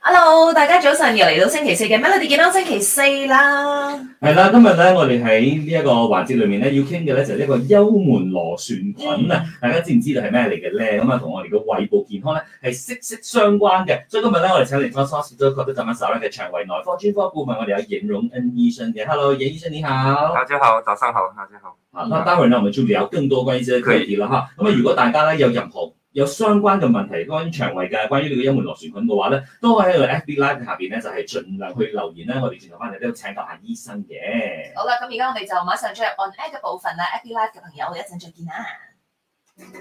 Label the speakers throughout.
Speaker 1: Hello，大家早晨，又嚟到星期四嘅 Melody 健康星期四啦。
Speaker 2: 係啦，今日咧我哋喺呢一個環節裏面咧要傾嘅咧就係呢個幽門螺旋菌啊，大家知唔知道係咩嚟嘅咧？咁啊同我哋嘅胃部健康咧係息息相關嘅，所以今日咧我哋請嚟咗 s o c i 都覺得怎樣手咧嘅腸胃內科專科顧問，我哋有嚴容恩醫生嘅。Hello，嚴醫生你好。
Speaker 3: 大家好，早上好，大家好。
Speaker 2: 啊，那待會呢，我們就聊更多關於這些課題啦哈。咁啊，如果大家咧有任何有相關嘅問題，關於腸胃嘅，關於呢個幽門螺旋菌嘅話咧，都可以喺個 FB Live 下邊咧，就係、盡量去留言咧。我哋轉頭翻嚟都要請教下醫生嘅。
Speaker 1: 好啦，咁而家我哋就馬上進入 on air 嘅部分啦。Happy Life 嘅朋友，我哋一陣再見啦。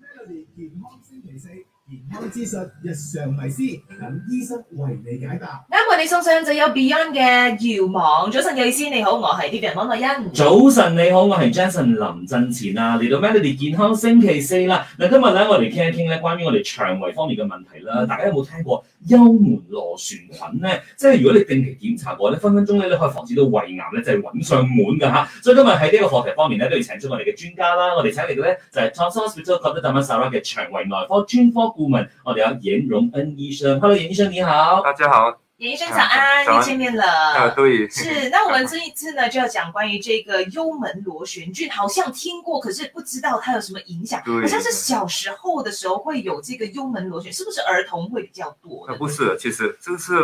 Speaker 4: Melody 健康星期四，健康資訊、日常迷思，等醫生為你解答。
Speaker 1: 啱啊我哋送上就有 Beyond 嘅遙望。早晨，有意思，你好，我係 Vivian 溫樂欣。
Speaker 2: 早晨你好，我係 Jason 林振前啊，嚟到 Melody 健康星期四啦。嗱，今日咧我哋傾一傾咧關於我哋腸胃方面嘅問題啦。大家有冇聽過幽門螺旋菌咧？即係如果你定期檢查過咧，分分鐘咧你可以防止到胃癌咧，就係揾上門㗎吓。所以今日喺呢個課題方面咧，都要請出我哋嘅專家啦。我哋請嚟嘅咧就係 Thompson Hospital c o r p o r a t e m e d i c i 嘅腸胃內科專科顧問，我哋有嚴容恩醫生。Hello，嚴醫生你好。
Speaker 3: 大家好，
Speaker 1: 嚴醫生早安，
Speaker 3: 早安
Speaker 1: 又見面
Speaker 3: 呃，
Speaker 1: 了。
Speaker 3: 对，
Speaker 1: 是，那我们这一次呢就要講關於這個幽門螺旋菌，好像聽過，可是不知道它有什麼影響。
Speaker 3: 对
Speaker 1: 好像是小時候的時候會有這個幽門螺旋，是不是兒童會比較多
Speaker 3: 呃，
Speaker 1: 呢？
Speaker 3: 不是，其实这个是，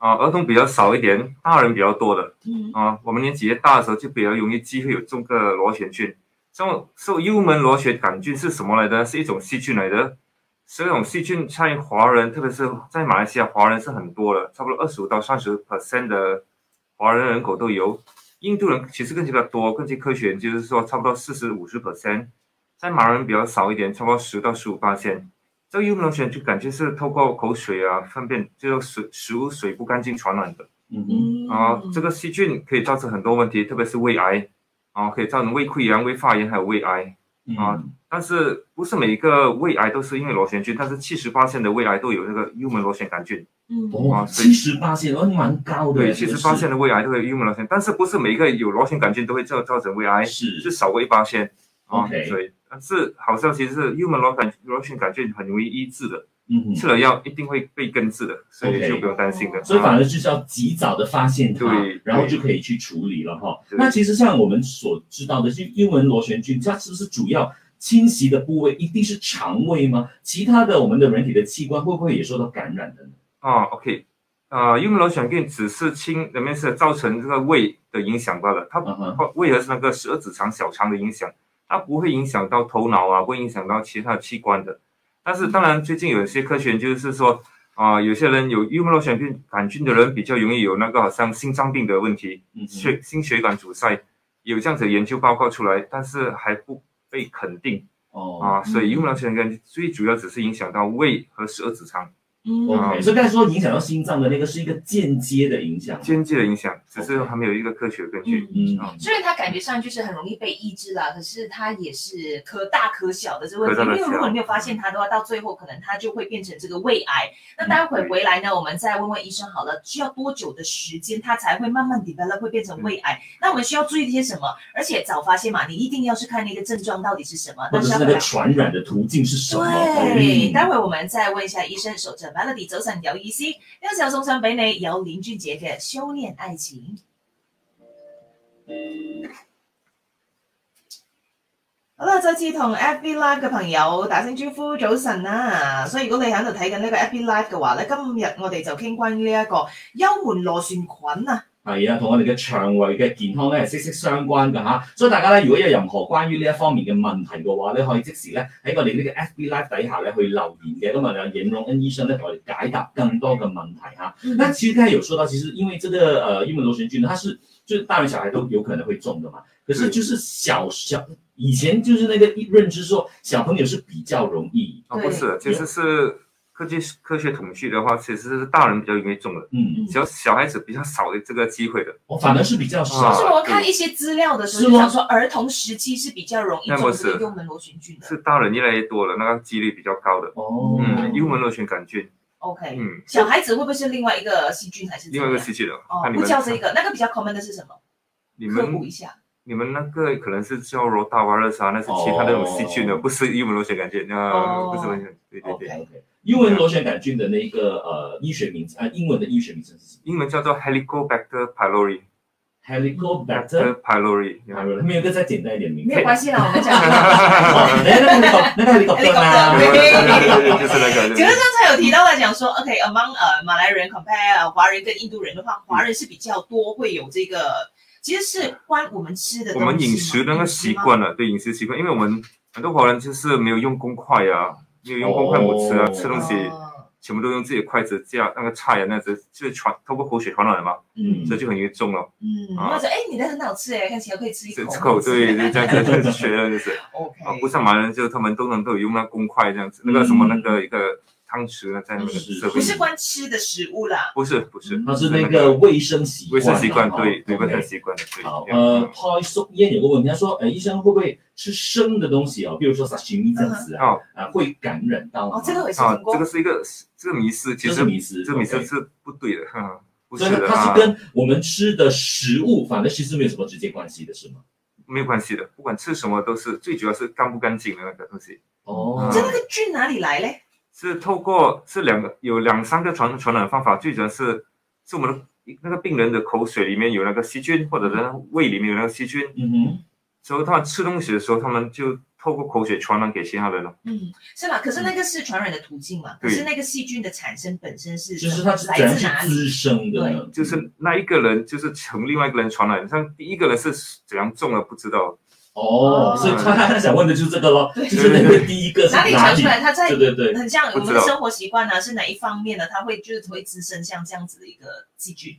Speaker 3: 呃，儿童比较少一点，大人比较多的。
Speaker 1: 嗯，
Speaker 3: 啊、我们年纪越大的时候就比较容易机会有中个螺旋菌。这种受幽门螺旋杆菌是什么来的？是一种细菌来的。这种细菌在华人，特别是在马来西亚华人是很多的，差不多二十五到三十 percent 的华人人口都有。印度人其实更加多，更加科学研究就是说差不多四十五十 percent，在马来人比较少一点，差不多十到十五 percent。这个幽门螺旋菌杆菌是透过口水啊、粪便，就是水食物水不干净传染的。
Speaker 2: 嗯哼
Speaker 1: 嗯
Speaker 3: 啊，这个细菌可以造成很多问题，特别是胃癌啊，可以造成胃溃疡、胃发炎还有胃癌。
Speaker 2: 嗯
Speaker 3: 啊但是不是每一个胃癌都是因为螺旋菌，但是七十八的胃癌都有那个幽门螺旋杆菌。
Speaker 1: 嗯
Speaker 2: 哦，
Speaker 3: 啊所
Speaker 2: 七
Speaker 3: 以
Speaker 2: 十八线，哦，蠻高的耶。
Speaker 3: 对，七
Speaker 2: 其
Speaker 3: 十
Speaker 2: 实
Speaker 3: 八的胃癌都会有幽门螺旋，但是不是每一个有螺旋杆菌都会造造成胃癌，
Speaker 2: 是
Speaker 3: 是少过一八线啊。
Speaker 2: OK
Speaker 3: 对，但是好消息是幽门螺杆螺旋杆菌很容易医治的，
Speaker 2: 嗯哼
Speaker 3: 吃了药一定会被根治的，所以
Speaker 2: OK
Speaker 3: 就不用担心的。
Speaker 2: 所以
Speaker 3: 啊
Speaker 2: 反而就是要及早的发现它
Speaker 3: 对，
Speaker 2: 然后
Speaker 3: 对
Speaker 2: 就可以去处理了哈。
Speaker 3: 对
Speaker 2: 那其实像我们所知道的，就英文螺旋菌，它是不是主要侵袭的部位一定是肠胃吗？其他的我们的人体的器官会不会也受到感染的呢？
Speaker 3: 哦，OK，呃，幽门螺旋菌只是轻，里面是造成这个胃的影响罢了，它
Speaker 2: 嗯哼，
Speaker 3: 它胃和是那个十二指肠、小肠的影响，它不会影响到头脑啊，不会影响到其他的器官的。但是当然，最近有一些科学研究是说，啊、有些人有幽门螺旋菌杆菌的人比较容易有那个好像心脏病的问题，
Speaker 2: 嗯哼，
Speaker 3: 血心血管阻塞，有这样子的研究报告出来，但是还不被肯定
Speaker 2: 哦。
Speaker 3: 啊。所以幽门螺旋菌最主要只是影响到胃和十二指肠。
Speaker 1: 嗯
Speaker 3: 啊
Speaker 2: OK，所以刚才说影响到心脏的那个是一个间接的影响，
Speaker 3: 间接的影响，只是
Speaker 2: OK
Speaker 3: 还没有一个科学根据。
Speaker 1: 嗯，
Speaker 2: 嗯，
Speaker 3: 啊
Speaker 1: 虽然它感觉上就是很容易被抑制啦，可是它也是可大可小的这个问题。
Speaker 3: 可
Speaker 1: 因
Speaker 3: 大可
Speaker 1: 为
Speaker 3: 小
Speaker 1: 如果你没有发现它的话，到最后可能它就会变成这个胃癌。那待会回来呢，我们再问问医生好了，需要多久的时间它才会慢慢 develop 会变成胃
Speaker 3: 嗯
Speaker 1: 癌？那我们需要注意些什么？而且早发现嘛，你一定要去看那个症状到底是什么。
Speaker 2: 或
Speaker 1: 那
Speaker 2: 者
Speaker 1: 是
Speaker 2: 是
Speaker 1: 要
Speaker 2: 那
Speaker 1: 回
Speaker 2: 个
Speaker 1: 来。
Speaker 2: 传染的途径是什么？
Speaker 1: 对，
Speaker 2: 嗯
Speaker 1: 待会我们再问一下医生。守着 Melody 早晨有意思，呢個時候送上俾你有林俊傑嘅《修煉愛情》。好啦，再次同 FB Live 嘅朋友打聲招呼，早晨啦！所以如果你喺度睇緊呢個 FB Live 嘅話咧，今日我哋就傾關於呢一個幽門螺旋菌啊，
Speaker 2: 係啊，同我哋嘅腸胃嘅健康咧係息息相關㗎吓，所以大家咧如果有任何關於呢一方面嘅問題嘅話咧，可以即時咧喺我哋呢個 FB Live 底下咧去留言嘅，咁啊有嚴容恩醫生咧同我哋解答更多嘅問題嚇。那其實剛才有說到，其實因為這個呃幽門螺旋菌呢，它是就是大人小孩都有可能會中的嘛，可是
Speaker 3: 對
Speaker 2: 就是小小以前就是那個認知说小朋友是比較容易，
Speaker 3: 啊，
Speaker 1: 对
Speaker 3: 不是，其实是科技科学统计的话，其实是大人比较容易中的，
Speaker 2: 嗯，
Speaker 3: 小小孩子比较少的这个机会的。
Speaker 1: 嗯
Speaker 2: 我反而是比較少。
Speaker 3: 啊
Speaker 1: 是我看一些資料的時候，
Speaker 2: 是
Speaker 1: 就
Speaker 2: 嗎
Speaker 1: 想說兒童時期是比較容易
Speaker 3: 那
Speaker 1: 中
Speaker 3: 不
Speaker 1: 這個
Speaker 3: 是
Speaker 1: 幽門螺旋菌的
Speaker 3: 是。大人越来越多了，那个几率比较高的。
Speaker 2: 哦，
Speaker 3: 嗯，幽门螺旋杆菌，
Speaker 1: OK，
Speaker 3: 嗯，
Speaker 1: 小孩子会不会是另外一哎个细菌还是怎
Speaker 3: 另
Speaker 1: 么
Speaker 3: 外一
Speaker 1: 样
Speaker 3: 个细菌了，
Speaker 1: 哦
Speaker 3: 看，你
Speaker 1: 不
Speaker 3: 们
Speaker 1: 叫这个，那个比较 common 的是什么？
Speaker 3: 你
Speaker 1: 科普
Speaker 3: 们
Speaker 1: 一下。
Speaker 3: 你们那个可能是叫罗大瓦热沙，那是其他那种细菌的，
Speaker 2: 哦
Speaker 3: 不是幽门螺旋杆菌，那、啊
Speaker 1: 哦
Speaker 3: 不是完全对对对。
Speaker 2: OK OK，英文螺旋杆菌的那个呃医学名字啊，英文的医学名称是什么
Speaker 3: 英文叫做 Helicobacter pylori。
Speaker 2: ？Helicobacter
Speaker 3: Helicobacter pylori。
Speaker 2: pylori，没有一个再简单一点的名
Speaker 1: 没
Speaker 2: 字。
Speaker 1: 有关系啦，我们 讲。
Speaker 2: 哦，那个 helicopter，那个 helicopter 啦
Speaker 1: Helicopter，对
Speaker 3: 就是那个。
Speaker 1: 其实刚才有提到了讲说，OK，among、呃马来人 compare 呃华人跟印度人的话，华人是比较多会有这个，其实是关我们吃的东
Speaker 3: 我
Speaker 1: 西
Speaker 3: 们饮食的那个习惯了，对饮食习惯，因为我们很多华人就是没有用公筷啊，没有用公筷母匙啊，
Speaker 2: 哦
Speaker 3: 吃东西
Speaker 1: 哦
Speaker 3: 全部都用自己的筷子夹那个菜啊，那只就是传透过口水传染的嘛，
Speaker 2: 嗯
Speaker 3: 所以就很容易中了。
Speaker 1: 嗯，
Speaker 3: 啊
Speaker 1: 或者哎，你的很好吃哎，看起来可以吃一
Speaker 3: 这
Speaker 1: 口。哎
Speaker 3: 这口对，就这样子学 了就是
Speaker 1: ，OK，
Speaker 3: 啊，不像马来人就他们都能够用那公筷这样子，那个什么
Speaker 2: 嗯
Speaker 3: 那个一个汤匙啊，在那个
Speaker 2: 是
Speaker 3: 社会
Speaker 1: 不，是关吃的食物啦。
Speaker 3: 不是不是
Speaker 1: 嗯
Speaker 2: 它是那个卫生习
Speaker 3: 卫
Speaker 2: 惯，
Speaker 3: 生习惯，对
Speaker 2: 哦
Speaker 3: 对
Speaker 2: OK
Speaker 3: 卫生习惯的对。
Speaker 2: 好，
Speaker 3: 这样子
Speaker 2: 呃，Toy 素燕有个问题，他说，呃，医生会不会吃生的东西哦？比如说 sashimi 这样子啊，
Speaker 3: 哦
Speaker 2: 啊，会感染到吗
Speaker 1: 哦，这个我也是
Speaker 3: 啊
Speaker 1: 听，过
Speaker 3: 这个。是一个这个迷思，其
Speaker 2: 这
Speaker 3: 实
Speaker 2: 是迷思，
Speaker 3: 这个迷思
Speaker 2: OK
Speaker 3: 是不对的，哼不
Speaker 2: 所
Speaker 3: 是
Speaker 2: 以
Speaker 3: 的
Speaker 2: 它
Speaker 3: 啊
Speaker 2: 是。跟我们吃的食物，反正其实没有什么直接关系的，是吗？
Speaker 3: 没有关系的，不管吃什么都是，最主要是干不干净的那个东西，
Speaker 2: 哦，
Speaker 1: 这那个菌哪里来嘞？
Speaker 3: 是透过是两个有两三个传传染方法，最主要是是我们的那个病人的口水里面有那个细菌，或者是胃里面有那个细菌，
Speaker 2: 嗯哼，
Speaker 3: 之后他吃东西的时候，他们就透过口水传染给其他人了。
Speaker 1: 嗯，是啦，可是那个是传染的途径嘛，可
Speaker 3: 对
Speaker 1: 是那个细菌的产生本身是
Speaker 2: 就是它是
Speaker 1: 来
Speaker 2: 怎样
Speaker 1: 自
Speaker 2: 去
Speaker 1: 哪里？
Speaker 2: 滋生的呢？
Speaker 3: 就是那一个人就是从另外一个人传染，像第一个人是怎样中了不知道，
Speaker 2: 哦
Speaker 1: 哦，
Speaker 2: 所以他他想问的就是这个咯，
Speaker 1: 对
Speaker 2: 就是那个第一个是
Speaker 1: 哪里
Speaker 2: 哪
Speaker 1: 传
Speaker 2: 里
Speaker 1: 出？来？它在嗯
Speaker 2: 对对对，
Speaker 1: 很像我
Speaker 3: 不知
Speaker 1: 们
Speaker 3: 道
Speaker 1: 的生活习惯呢、是哪一方面呢？它会就是会滋生像这样子的一个细菌。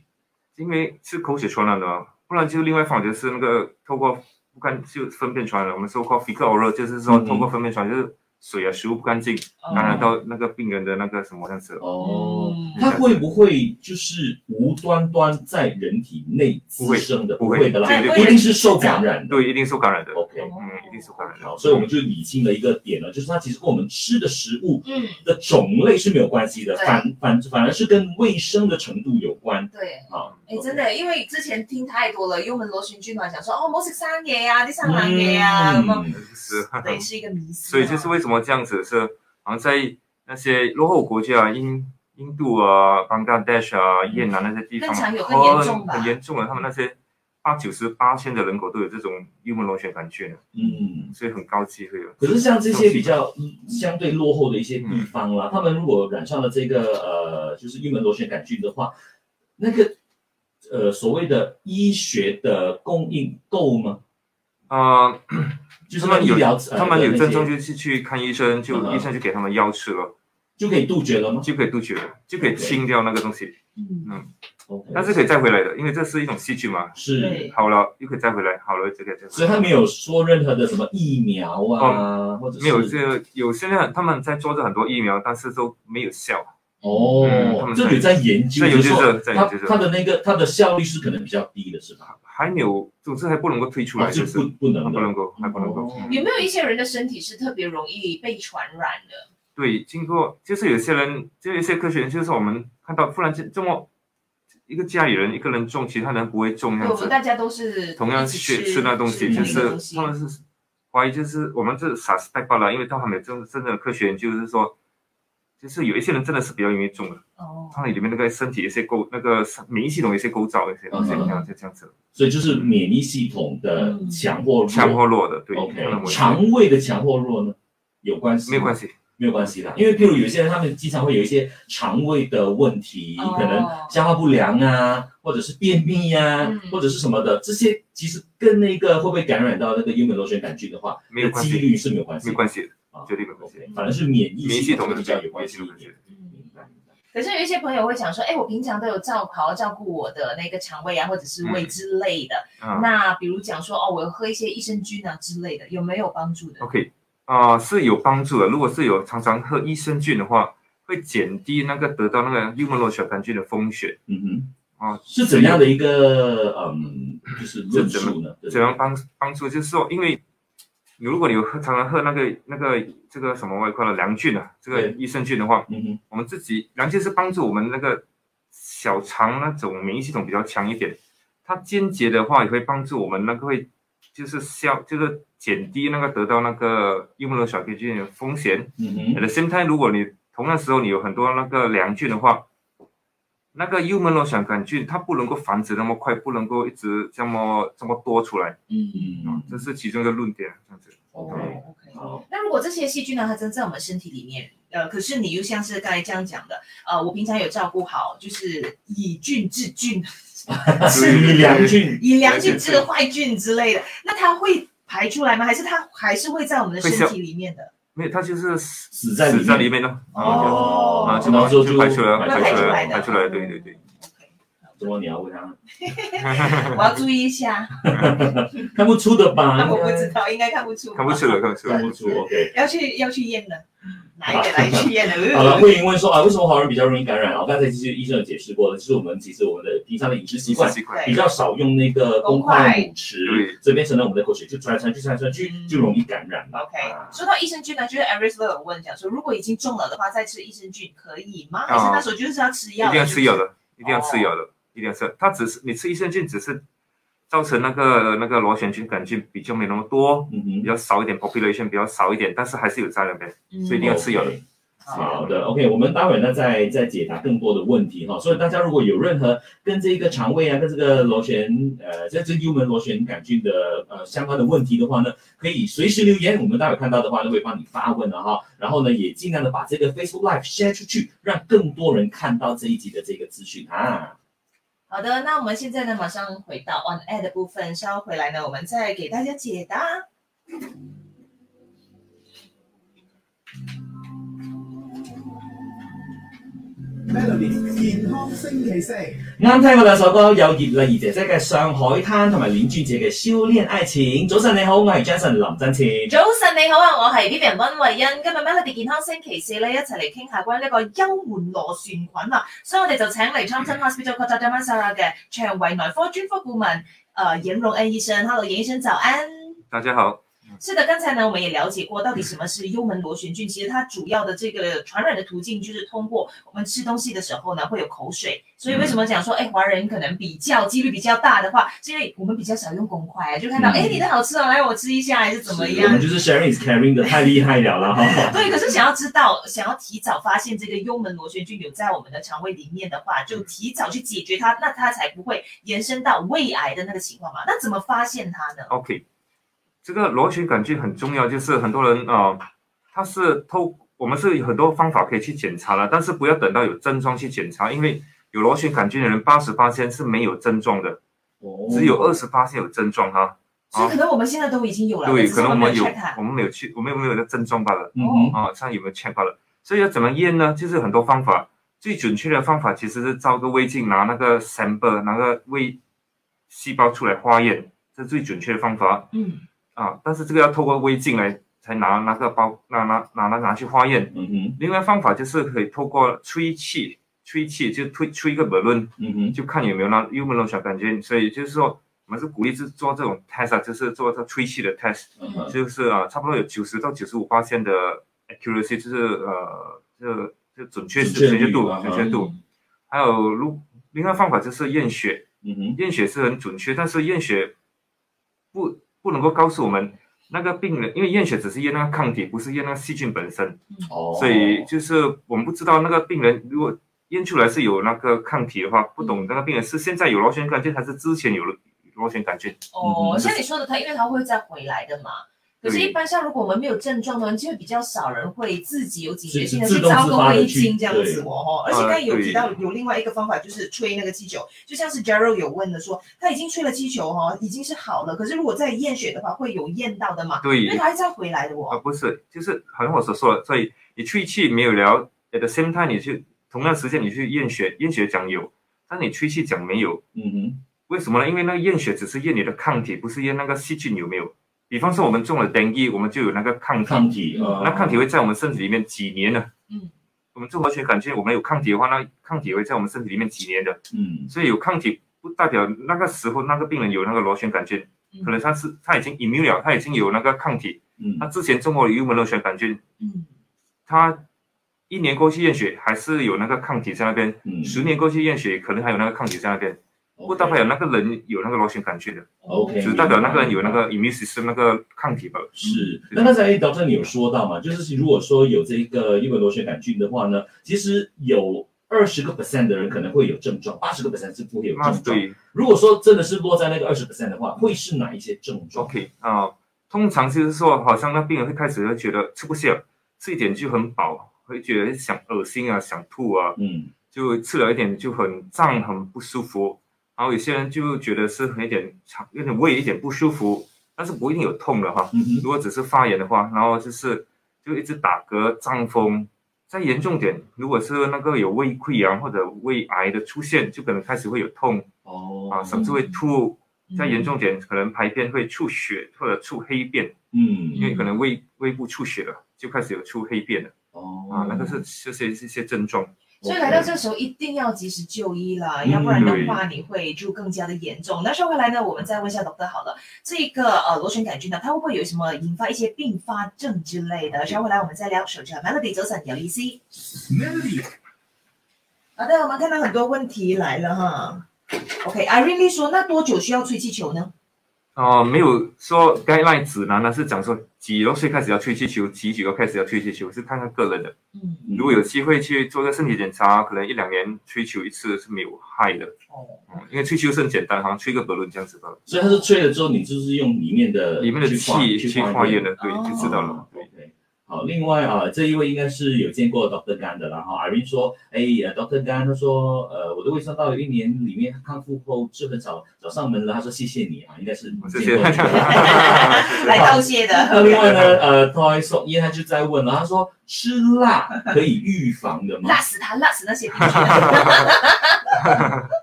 Speaker 3: 因为是口水传染的嘛，不然就另外一方就是那个透过不干就粪便传染，我们说过 fecal oral，就是说
Speaker 2: 嗯
Speaker 3: 透过粪便传染，就是水啊食物不干净。
Speaker 1: 哦
Speaker 3: 感染到那个病人的那个什么样子，
Speaker 2: 哦
Speaker 1: 嗯，
Speaker 2: 它会不会就是无端端在人体内滋生的？
Speaker 3: 不会
Speaker 2: 的啦
Speaker 1: 不，会
Speaker 2: 一定是受感染的。
Speaker 3: 对，一定受感染
Speaker 1: 哦
Speaker 3: 的，
Speaker 2: OK，
Speaker 3: 嗯，一定受感染的。
Speaker 2: 好，所以我们就理清了一个点了，就是它其实跟我们吃的食物
Speaker 1: 嗯，
Speaker 2: 的种类是没有关系的，
Speaker 1: 对
Speaker 2: 反反反而是跟卫生的程度有关。
Speaker 1: 对。
Speaker 2: 好，
Speaker 1: 哎，真的，因为之前听太多了，幽门螺旋菌嘛，讲说哦，冇食生嘢啊，啲生冷嘢啊，咁啊，
Speaker 2: 嗯
Speaker 3: 是，
Speaker 1: 对，是一个迷思啊。
Speaker 3: 所以就是为什么这样子是，好像在那些落后国家，印印度啊、邦加 Dash 啊、越南那些地方，
Speaker 1: 更常有更严重
Speaker 3: 很
Speaker 1: 吧
Speaker 3: 很严重的，他们那些八九十八线的人口都有这种幽门螺旋杆菌，
Speaker 2: 嗯。
Speaker 3: 所以很高机会啊了。
Speaker 2: 可是像这些比较嗯相对落后的一些地方
Speaker 3: 嗯
Speaker 2: 啦，他们如果染上了这个呃，就是幽门螺旋杆菌的话，那个呃所谓的医学的供应够吗？
Speaker 3: 啊，
Speaker 2: 就是
Speaker 3: 他
Speaker 2: 那
Speaker 3: 们
Speaker 2: 医
Speaker 3: 有
Speaker 2: 疗呃
Speaker 3: 他们有
Speaker 2: 的那
Speaker 3: 症状
Speaker 2: 些
Speaker 3: 就去去看医生，就
Speaker 2: 嗯
Speaker 3: 医生就给他们药吃了，
Speaker 2: 就可以杜绝了吗
Speaker 3: 就可以杜绝了，就可以
Speaker 2: OK
Speaker 3: 清掉那个东西，
Speaker 1: 嗯，
Speaker 2: ？OK，
Speaker 3: 但是可以再回来的，因为这是一种细菌嘛，
Speaker 2: 是，
Speaker 1: 对，
Speaker 3: 好了，又可以再回来，好了，这个这个。
Speaker 2: 所以他没有说任何的什么疫苗啊，或者是
Speaker 3: 哦没有这个有现在他们在做着很多疫苗，但是都没有效。嗯他
Speaker 2: 哦，
Speaker 3: 们
Speaker 2: 这
Speaker 3: 在
Speaker 2: 里在研究，
Speaker 3: 在研
Speaker 2: 就是
Speaker 3: 究
Speaker 2: 说
Speaker 3: 这在
Speaker 2: 它
Speaker 3: 研究这
Speaker 2: 它的那个它的效率是可能比较低的，是吧？
Speaker 3: 还没有，总之还不能够推出来，
Speaker 2: 哦
Speaker 3: 就是是
Speaker 2: 不不
Speaker 3: 还
Speaker 2: 能
Speaker 3: 不
Speaker 2: 的
Speaker 3: 能够，还不能够。
Speaker 2: 哦
Speaker 1: 有没有一些人的身体是特别容易被传染的？
Speaker 3: 对，经过就是有些人，就有些科学人，就是我们看到，突然间这么一个家里人一个人中，其他人不会中
Speaker 1: 对，
Speaker 3: 嗯这样
Speaker 1: 我们
Speaker 3: 子，
Speaker 1: 大家都是
Speaker 3: 同样
Speaker 1: 一起
Speaker 3: 去吃那东西，
Speaker 1: 吃同
Speaker 3: 就
Speaker 1: 一个
Speaker 3: 是
Speaker 1: 东西
Speaker 3: 他们是怀疑，就是我们这 suspect 罢了，因为他还没有真真正的科学研究，就是说，就是有一些人真的是比较容易中的，
Speaker 1: 哦，
Speaker 3: 他里面那个身体有一些构，那个免疫系统有一些构造，有些东西，
Speaker 2: 嗯
Speaker 3: 这样就这样子。
Speaker 2: 所以就是免疫系统的
Speaker 1: 嗯
Speaker 2: 强或弱
Speaker 3: 强或弱的，对，可能
Speaker 2: OK，
Speaker 3: 我
Speaker 2: 肠胃的强或弱呢，有关系？
Speaker 3: 没有关，系，
Speaker 2: 没有关系的。因为譬如有些人他们经常会有一些肠胃的问题，
Speaker 1: 哦
Speaker 2: 可能消化不良啊，或者是便秘啊，
Speaker 1: 嗯
Speaker 2: 或者是什么的，这些其实跟那个会不会感染到那个幽门螺旋杆菌的话，
Speaker 3: 没有
Speaker 2: 的
Speaker 3: 关
Speaker 2: 几
Speaker 3: 系，
Speaker 2: 率是没有关系，
Speaker 3: 没有关系
Speaker 2: 啊，
Speaker 3: 绝对没有关系。
Speaker 2: OK，反正是免疫
Speaker 3: 免疫系统
Speaker 2: 会
Speaker 3: 的
Speaker 2: 比较有关系一
Speaker 3: 免疫系
Speaker 2: 点
Speaker 3: 统。
Speaker 1: 嗯。
Speaker 2: 明白明白
Speaker 1: 可是有一些朋友会讲说，哎，我平常都有照好好照顾我的那个肠胃啊，或者是胃
Speaker 3: 嗯
Speaker 1: 之类的。
Speaker 3: 啊
Speaker 1: 那比如讲说，哦，我喝一些益生菌啊之类的，有没有帮助的？
Speaker 3: ，OK，啊、是有帮助的。如果是有常常喝益生菌的话，会减低那个得到那个幽门螺旋杆菌的风险。
Speaker 2: 嗯哼，
Speaker 3: 啊，
Speaker 2: 是怎样的一个嗯，就是论述呢？
Speaker 3: 怎样帮帮助？就是说，因为你如果你有喝常常喝那个那个这个什么外科的良菌啊，这个
Speaker 2: 对
Speaker 3: 益生菌的话，
Speaker 2: 嗯哼，
Speaker 3: 我们自己良菌是帮助我们那个小肠那种免疫系统比较强一点，它间接的话也会帮助我们那个会就是消就是减低那个得到那个幽门螺旋杆菌的风险。
Speaker 2: 嗯哼，
Speaker 3: at the same time，如果你同样时候你有很多那个良菌的话，那个幽门螺旋杆菌它不能够繁殖那么快，不能够一直这么这么多出来，
Speaker 1: 嗯。
Speaker 2: 嗯，
Speaker 3: 这是其中一个论点，这样子。
Speaker 1: 哦
Speaker 2: OK，
Speaker 1: ，OK。
Speaker 2: 好，
Speaker 1: 那如果这些细菌呢，它真在我们身体里面，呃，可是你又像是刚才这样讲的，呃，我平常有照顾好，就是以菌治 菌，
Speaker 2: 是良 菌，
Speaker 1: 以良菌治坏菌之类的，那它会排出来吗？还是它还是会在我们的身体里面的？
Speaker 3: 没有，它就是死
Speaker 2: 死在
Speaker 3: 死在
Speaker 2: 里
Speaker 3: 里
Speaker 2: 面，
Speaker 3: 面了。
Speaker 1: 哦
Speaker 3: 啊，
Speaker 2: 然后就
Speaker 3: 就排出来了，
Speaker 2: 就
Speaker 1: 会排
Speaker 3: 排
Speaker 1: 出
Speaker 3: 出来
Speaker 1: 来
Speaker 3: 了，
Speaker 1: 的，
Speaker 3: 排出来了，对对对。
Speaker 2: 怎么你要问他？
Speaker 1: 嗯 OK，我要注意一下，
Speaker 2: 看不出的吧？
Speaker 1: 那我不知道，应该看不出，
Speaker 3: 嗯看不出来，看不出来
Speaker 2: 看。不出，OK。
Speaker 1: 要去要去验的，哪一个来去验 的？
Speaker 2: 好了，慧莹问说啊，为什么华人比较容易感染啊？我刚才其实医生有解释过了，就是我们其实我们的平常的饮食习惯
Speaker 3: 习惯
Speaker 1: 对
Speaker 2: 比较少用那个公筷母匙
Speaker 3: 对，
Speaker 2: 所以变成了我们的口水就传来传去，传来传去
Speaker 1: 嗯
Speaker 2: 就容易感染嘛。
Speaker 1: OK，说到益生菌呢，就是 Aris 都有问讲说，如果已经中了的话，再吃益生菌可以吗？还是那时候就是要吃
Speaker 3: 哦一
Speaker 1: 药？
Speaker 3: 定要吃药
Speaker 1: 的。
Speaker 2: 哦
Speaker 3: 的，一定要吃药的，一定要吃。它只是你吃益生菌，只是造成那个那个螺旋菌杆菌比较没那么多，
Speaker 2: 嗯
Speaker 3: 比
Speaker 2: 哼，
Speaker 3: 较少一点，population 比较少一点，但是还是有在那边。
Speaker 1: 嗯
Speaker 3: 所以一定要吃药的
Speaker 2: OK。好
Speaker 1: 啊
Speaker 2: 的，OK，我们待会儿呢再再解答更多的问题哈。所以大家如果有任何跟这个肠胃啊、跟这个螺旋呃、这这幽门螺旋杆菌的呃相关的问题的话呢，可以随时留言，我们待会儿看到的话呢会帮你发问了哈。然后呢也尽量的把这个 Facebook Live share 出去，让更多人看到这一集的这个资讯啊。
Speaker 1: 好的，那我们现在呢，马上回到 on air 的部分，稍后回来呢，我们再给大家解答。
Speaker 4: Melody 健康星期四，
Speaker 2: 啱聽過兩首歌，有葉麗儀姐姐嘅《上海灘》同埋林俊傑嘅《修煉愛情》。早晨你好，我係 Jason 林振前。
Speaker 1: 早晨你好啊，我係 Vivian 温慧欣，今日 Melody 健康星期四咧，一齊嚟傾下關於呢個幽門螺旋菌啊，所以我哋就請嚟 Thompson Hospital Kota Damansara 嘅腸胃內科專科顧問，呃，嚴容恩醫生，Hello，嚴醫生早安。
Speaker 3: 大家好，
Speaker 1: 是的，刚才呢我们也了解过，到底什么是幽门螺旋菌？其实它主要的这个传染的途径就是通过我们吃东西的时候呢会有口水，所以为什么讲说，哎，华人可能比较几率比较大的话，是因为我们比较少用公筷，就看到，
Speaker 2: 嗯
Speaker 1: 哎、你的好吃哦，来我吃一下，还是怎么
Speaker 2: 我们
Speaker 1: 样？
Speaker 2: 就是 sharing is caring 的太厉害了啦哈。
Speaker 1: 对，可是想要知道，想要提早发现这个幽门螺旋菌有在我们的肠胃里面的
Speaker 3: 嗯
Speaker 1: 话，就提早去解决它，那它才不会延伸到胃癌的那个情况嘛。那怎么发现它呢？
Speaker 3: OK，这个螺旋杆菌很重要，就是很多人啊、呃它是透我们是有很多方法可以去检查了，但是不要等到有症状去检查，因为有螺旋杆菌的人八十八是没有症状的，只
Speaker 2: 嗯哦
Speaker 3: 有二十八有症状哈、
Speaker 1: 所以可能我们现在都已经有了，
Speaker 3: 哦对，
Speaker 1: 只是
Speaker 3: 可能我
Speaker 1: 没
Speaker 3: 们有
Speaker 1: check 啊它
Speaker 3: 我们没有去，我们有没有那症状罢了。
Speaker 2: 嗯哼，
Speaker 3: 啊，这样有没有欠发了？所以要怎么验呢？就是有很多方法，最准确的方法其实是照个胃镜，拿那个 sample，拿个胃细胞出来化验，这是最准确的方法
Speaker 1: 嗯。
Speaker 3: 啊。但是这个要透过胃镜来才拿那个包拿拿拿拿拿去化验。
Speaker 2: 嗯哼，
Speaker 3: 另外方法就是可以透过吹气，吹气就吹吹一个 balloon，
Speaker 2: 嗯哼，
Speaker 3: 就看有没有那幽门螺旋杆菌。所以就是说，我们是鼓励是做这种 test 啊，就是做这吹气的 test。
Speaker 2: 嗯哼，
Speaker 3: 就是啊，差不多有九十到九十五八千的 accuracy，就是呃，就就准确
Speaker 2: 准确率
Speaker 3: 准确度
Speaker 2: 啊，
Speaker 3: 准确度。还有如另外方法就是验血，
Speaker 2: 嗯哼，
Speaker 3: 验血是很准确，但是验血不不能够告诉我们那个病人，因为验血只是验那个抗体，不是验那个细菌本身，
Speaker 2: 哦，
Speaker 3: 所以就是我们不知道那个病人如果。验出来是有那个抗体的话，不懂那个病人是现在有螺旋杆菌还是之前有了螺旋杆菌？
Speaker 1: 哦，
Speaker 2: 嗯
Speaker 1: 像你说的，它因为它会再回来的嘛。可是，
Speaker 3: 对
Speaker 1: 一般像如果我们没有症状的话，就会比较少人会自己有警觉性的
Speaker 2: 自
Speaker 1: 去
Speaker 2: 自动
Speaker 1: 照
Speaker 2: 自
Speaker 1: 个
Speaker 2: 发地
Speaker 1: 胃
Speaker 2: 去
Speaker 1: 镜这样
Speaker 2: 对啊
Speaker 1: 子哦。吼而且刚才有提
Speaker 3: 对
Speaker 1: 到有另外一个方法，就是吹那个气球，就像是 Gerald 有问的说，他已经吹了气球哈、哦，已经是好了。可是如果再验血的话，会有验到的嘛，
Speaker 3: 对，
Speaker 1: 因为它会再回来的
Speaker 3: 啊，
Speaker 1: 哦。
Speaker 3: 不是，就是好像我所说的，所以你吹气没有聊，at the same time 你去同样时间你去验血，验血讲有，但你吹气讲没有，
Speaker 2: 嗯哼，
Speaker 3: 为什么呢？因为那个验血只是验你的抗体，不是验那个细菌有没有。比方说我们中了 dengue，我们就有那个抗体，
Speaker 2: 抗体，呃
Speaker 3: 那抗体会在我们身体里面几年呢？
Speaker 1: 嗯，
Speaker 3: 我们中螺旋杆菌，我们有抗体的话，那抗体会在我们身体里面几年的。
Speaker 2: 嗯，
Speaker 3: 所以有抗体不代表那个时候那个病人有那个螺旋杆菌，
Speaker 1: 嗯
Speaker 3: 可能他是他已经 immune 了，他已经有那个抗体，
Speaker 2: 嗯
Speaker 3: 他之前中过幽门螺旋杆菌，
Speaker 1: 嗯，
Speaker 3: 他一年过去验血还是有那个抗体在那边，
Speaker 2: 嗯，
Speaker 3: 十年过去验血可能还有那个抗体在那边，不代表那个人有那个螺旋杆菌的，
Speaker 1: 嗯
Speaker 2: OK，
Speaker 3: 只代表那个人有那个 immune system 那个抗体吧。
Speaker 2: 是，那刚才 Doctor 你有说到嘛，就是如果说有这个幽门螺旋杆菌的话呢，其实有二十个 percent 的人可能会有症状，八十个 percent 是不会有
Speaker 3: 那
Speaker 2: 症状。
Speaker 3: 对
Speaker 2: 如果说真的是落在那个二十 percent 的话，会是哪一些症状？
Speaker 3: ，OK 啊、通常就是说，好像那病人会开始会觉得吃不下，吃一点就很饱，会觉得想恶心啊，想吐啊，
Speaker 2: 嗯
Speaker 3: 就吃了一点就很胀，很不舒服。然后有些人就觉得是有点肠，有点胃有点不舒服，但是不一定有痛的哈。
Speaker 2: 嗯哼，
Speaker 3: 如果只是发炎的话，然后就是就一直打嗝、胀风。再严重点，如果是那个有胃溃疡或者胃癌的出现，就可能开始会有痛
Speaker 2: 哦
Speaker 3: 啊，甚至会吐。
Speaker 1: 嗯
Speaker 3: 再严重点，可能排便会出血或者出黑便，因
Speaker 2: 嗯
Speaker 3: 为可能胃胃部出血了，就开始有出黑便了
Speaker 2: 哦
Speaker 3: 啊，那个是这些这些症状。
Speaker 1: 所以来到这时候一定要及时就医啦，
Speaker 2: 嗯
Speaker 1: 要不然的话你会就更加的严重。那说回来呢，我们再问一下 doctor 好了，这个呃螺旋杆菌呢，它会不会有什么引发一些并发症之类的？稍后来我们再聊。守着 Melody 早晨有意思。
Speaker 4: Melody
Speaker 1: 好的，我们看到很多问题来了哈。OK，Irene、Lee 说，那多久需要吹气球呢？
Speaker 3: 哦，没有说 guideline 指南啊呢，是讲说几多岁开始要吹气球，几几个开始要吹气球，是看看个人的。
Speaker 1: 嗯，
Speaker 3: 如果有机会去做个身体检查，可能一两年吹球一次是没有害的，
Speaker 1: 哦，
Speaker 3: 嗯，因为吹球是很简单，好像吹个波轮这样子吧，
Speaker 2: 所以它是吹了之后，你就是用里面的
Speaker 3: 里面的
Speaker 2: 去化
Speaker 3: 气去化验
Speaker 2: 验
Speaker 3: 的，对，
Speaker 1: 哦
Speaker 3: 就知道了。对
Speaker 2: OK，好，另外啊，这一位应该是有见过 Doctor 干的啦哈。Irene 说，哎呃，Doctor 干，他说，呃，我的胃酸到了一年里面康复后是很少找上门了。他说谢谢你啊，应该是
Speaker 3: 我谢
Speaker 2: 见
Speaker 3: 谢
Speaker 2: 过
Speaker 3: 大
Speaker 2: 你
Speaker 3: 家。
Speaker 2: 的。
Speaker 1: 来道谢
Speaker 2: 那
Speaker 1: 的。
Speaker 2: 另外呢，呃，Toy 说，因为他就在问了，他说吃辣可以预防的 吗
Speaker 1: 辣？死他，辣死那些地区。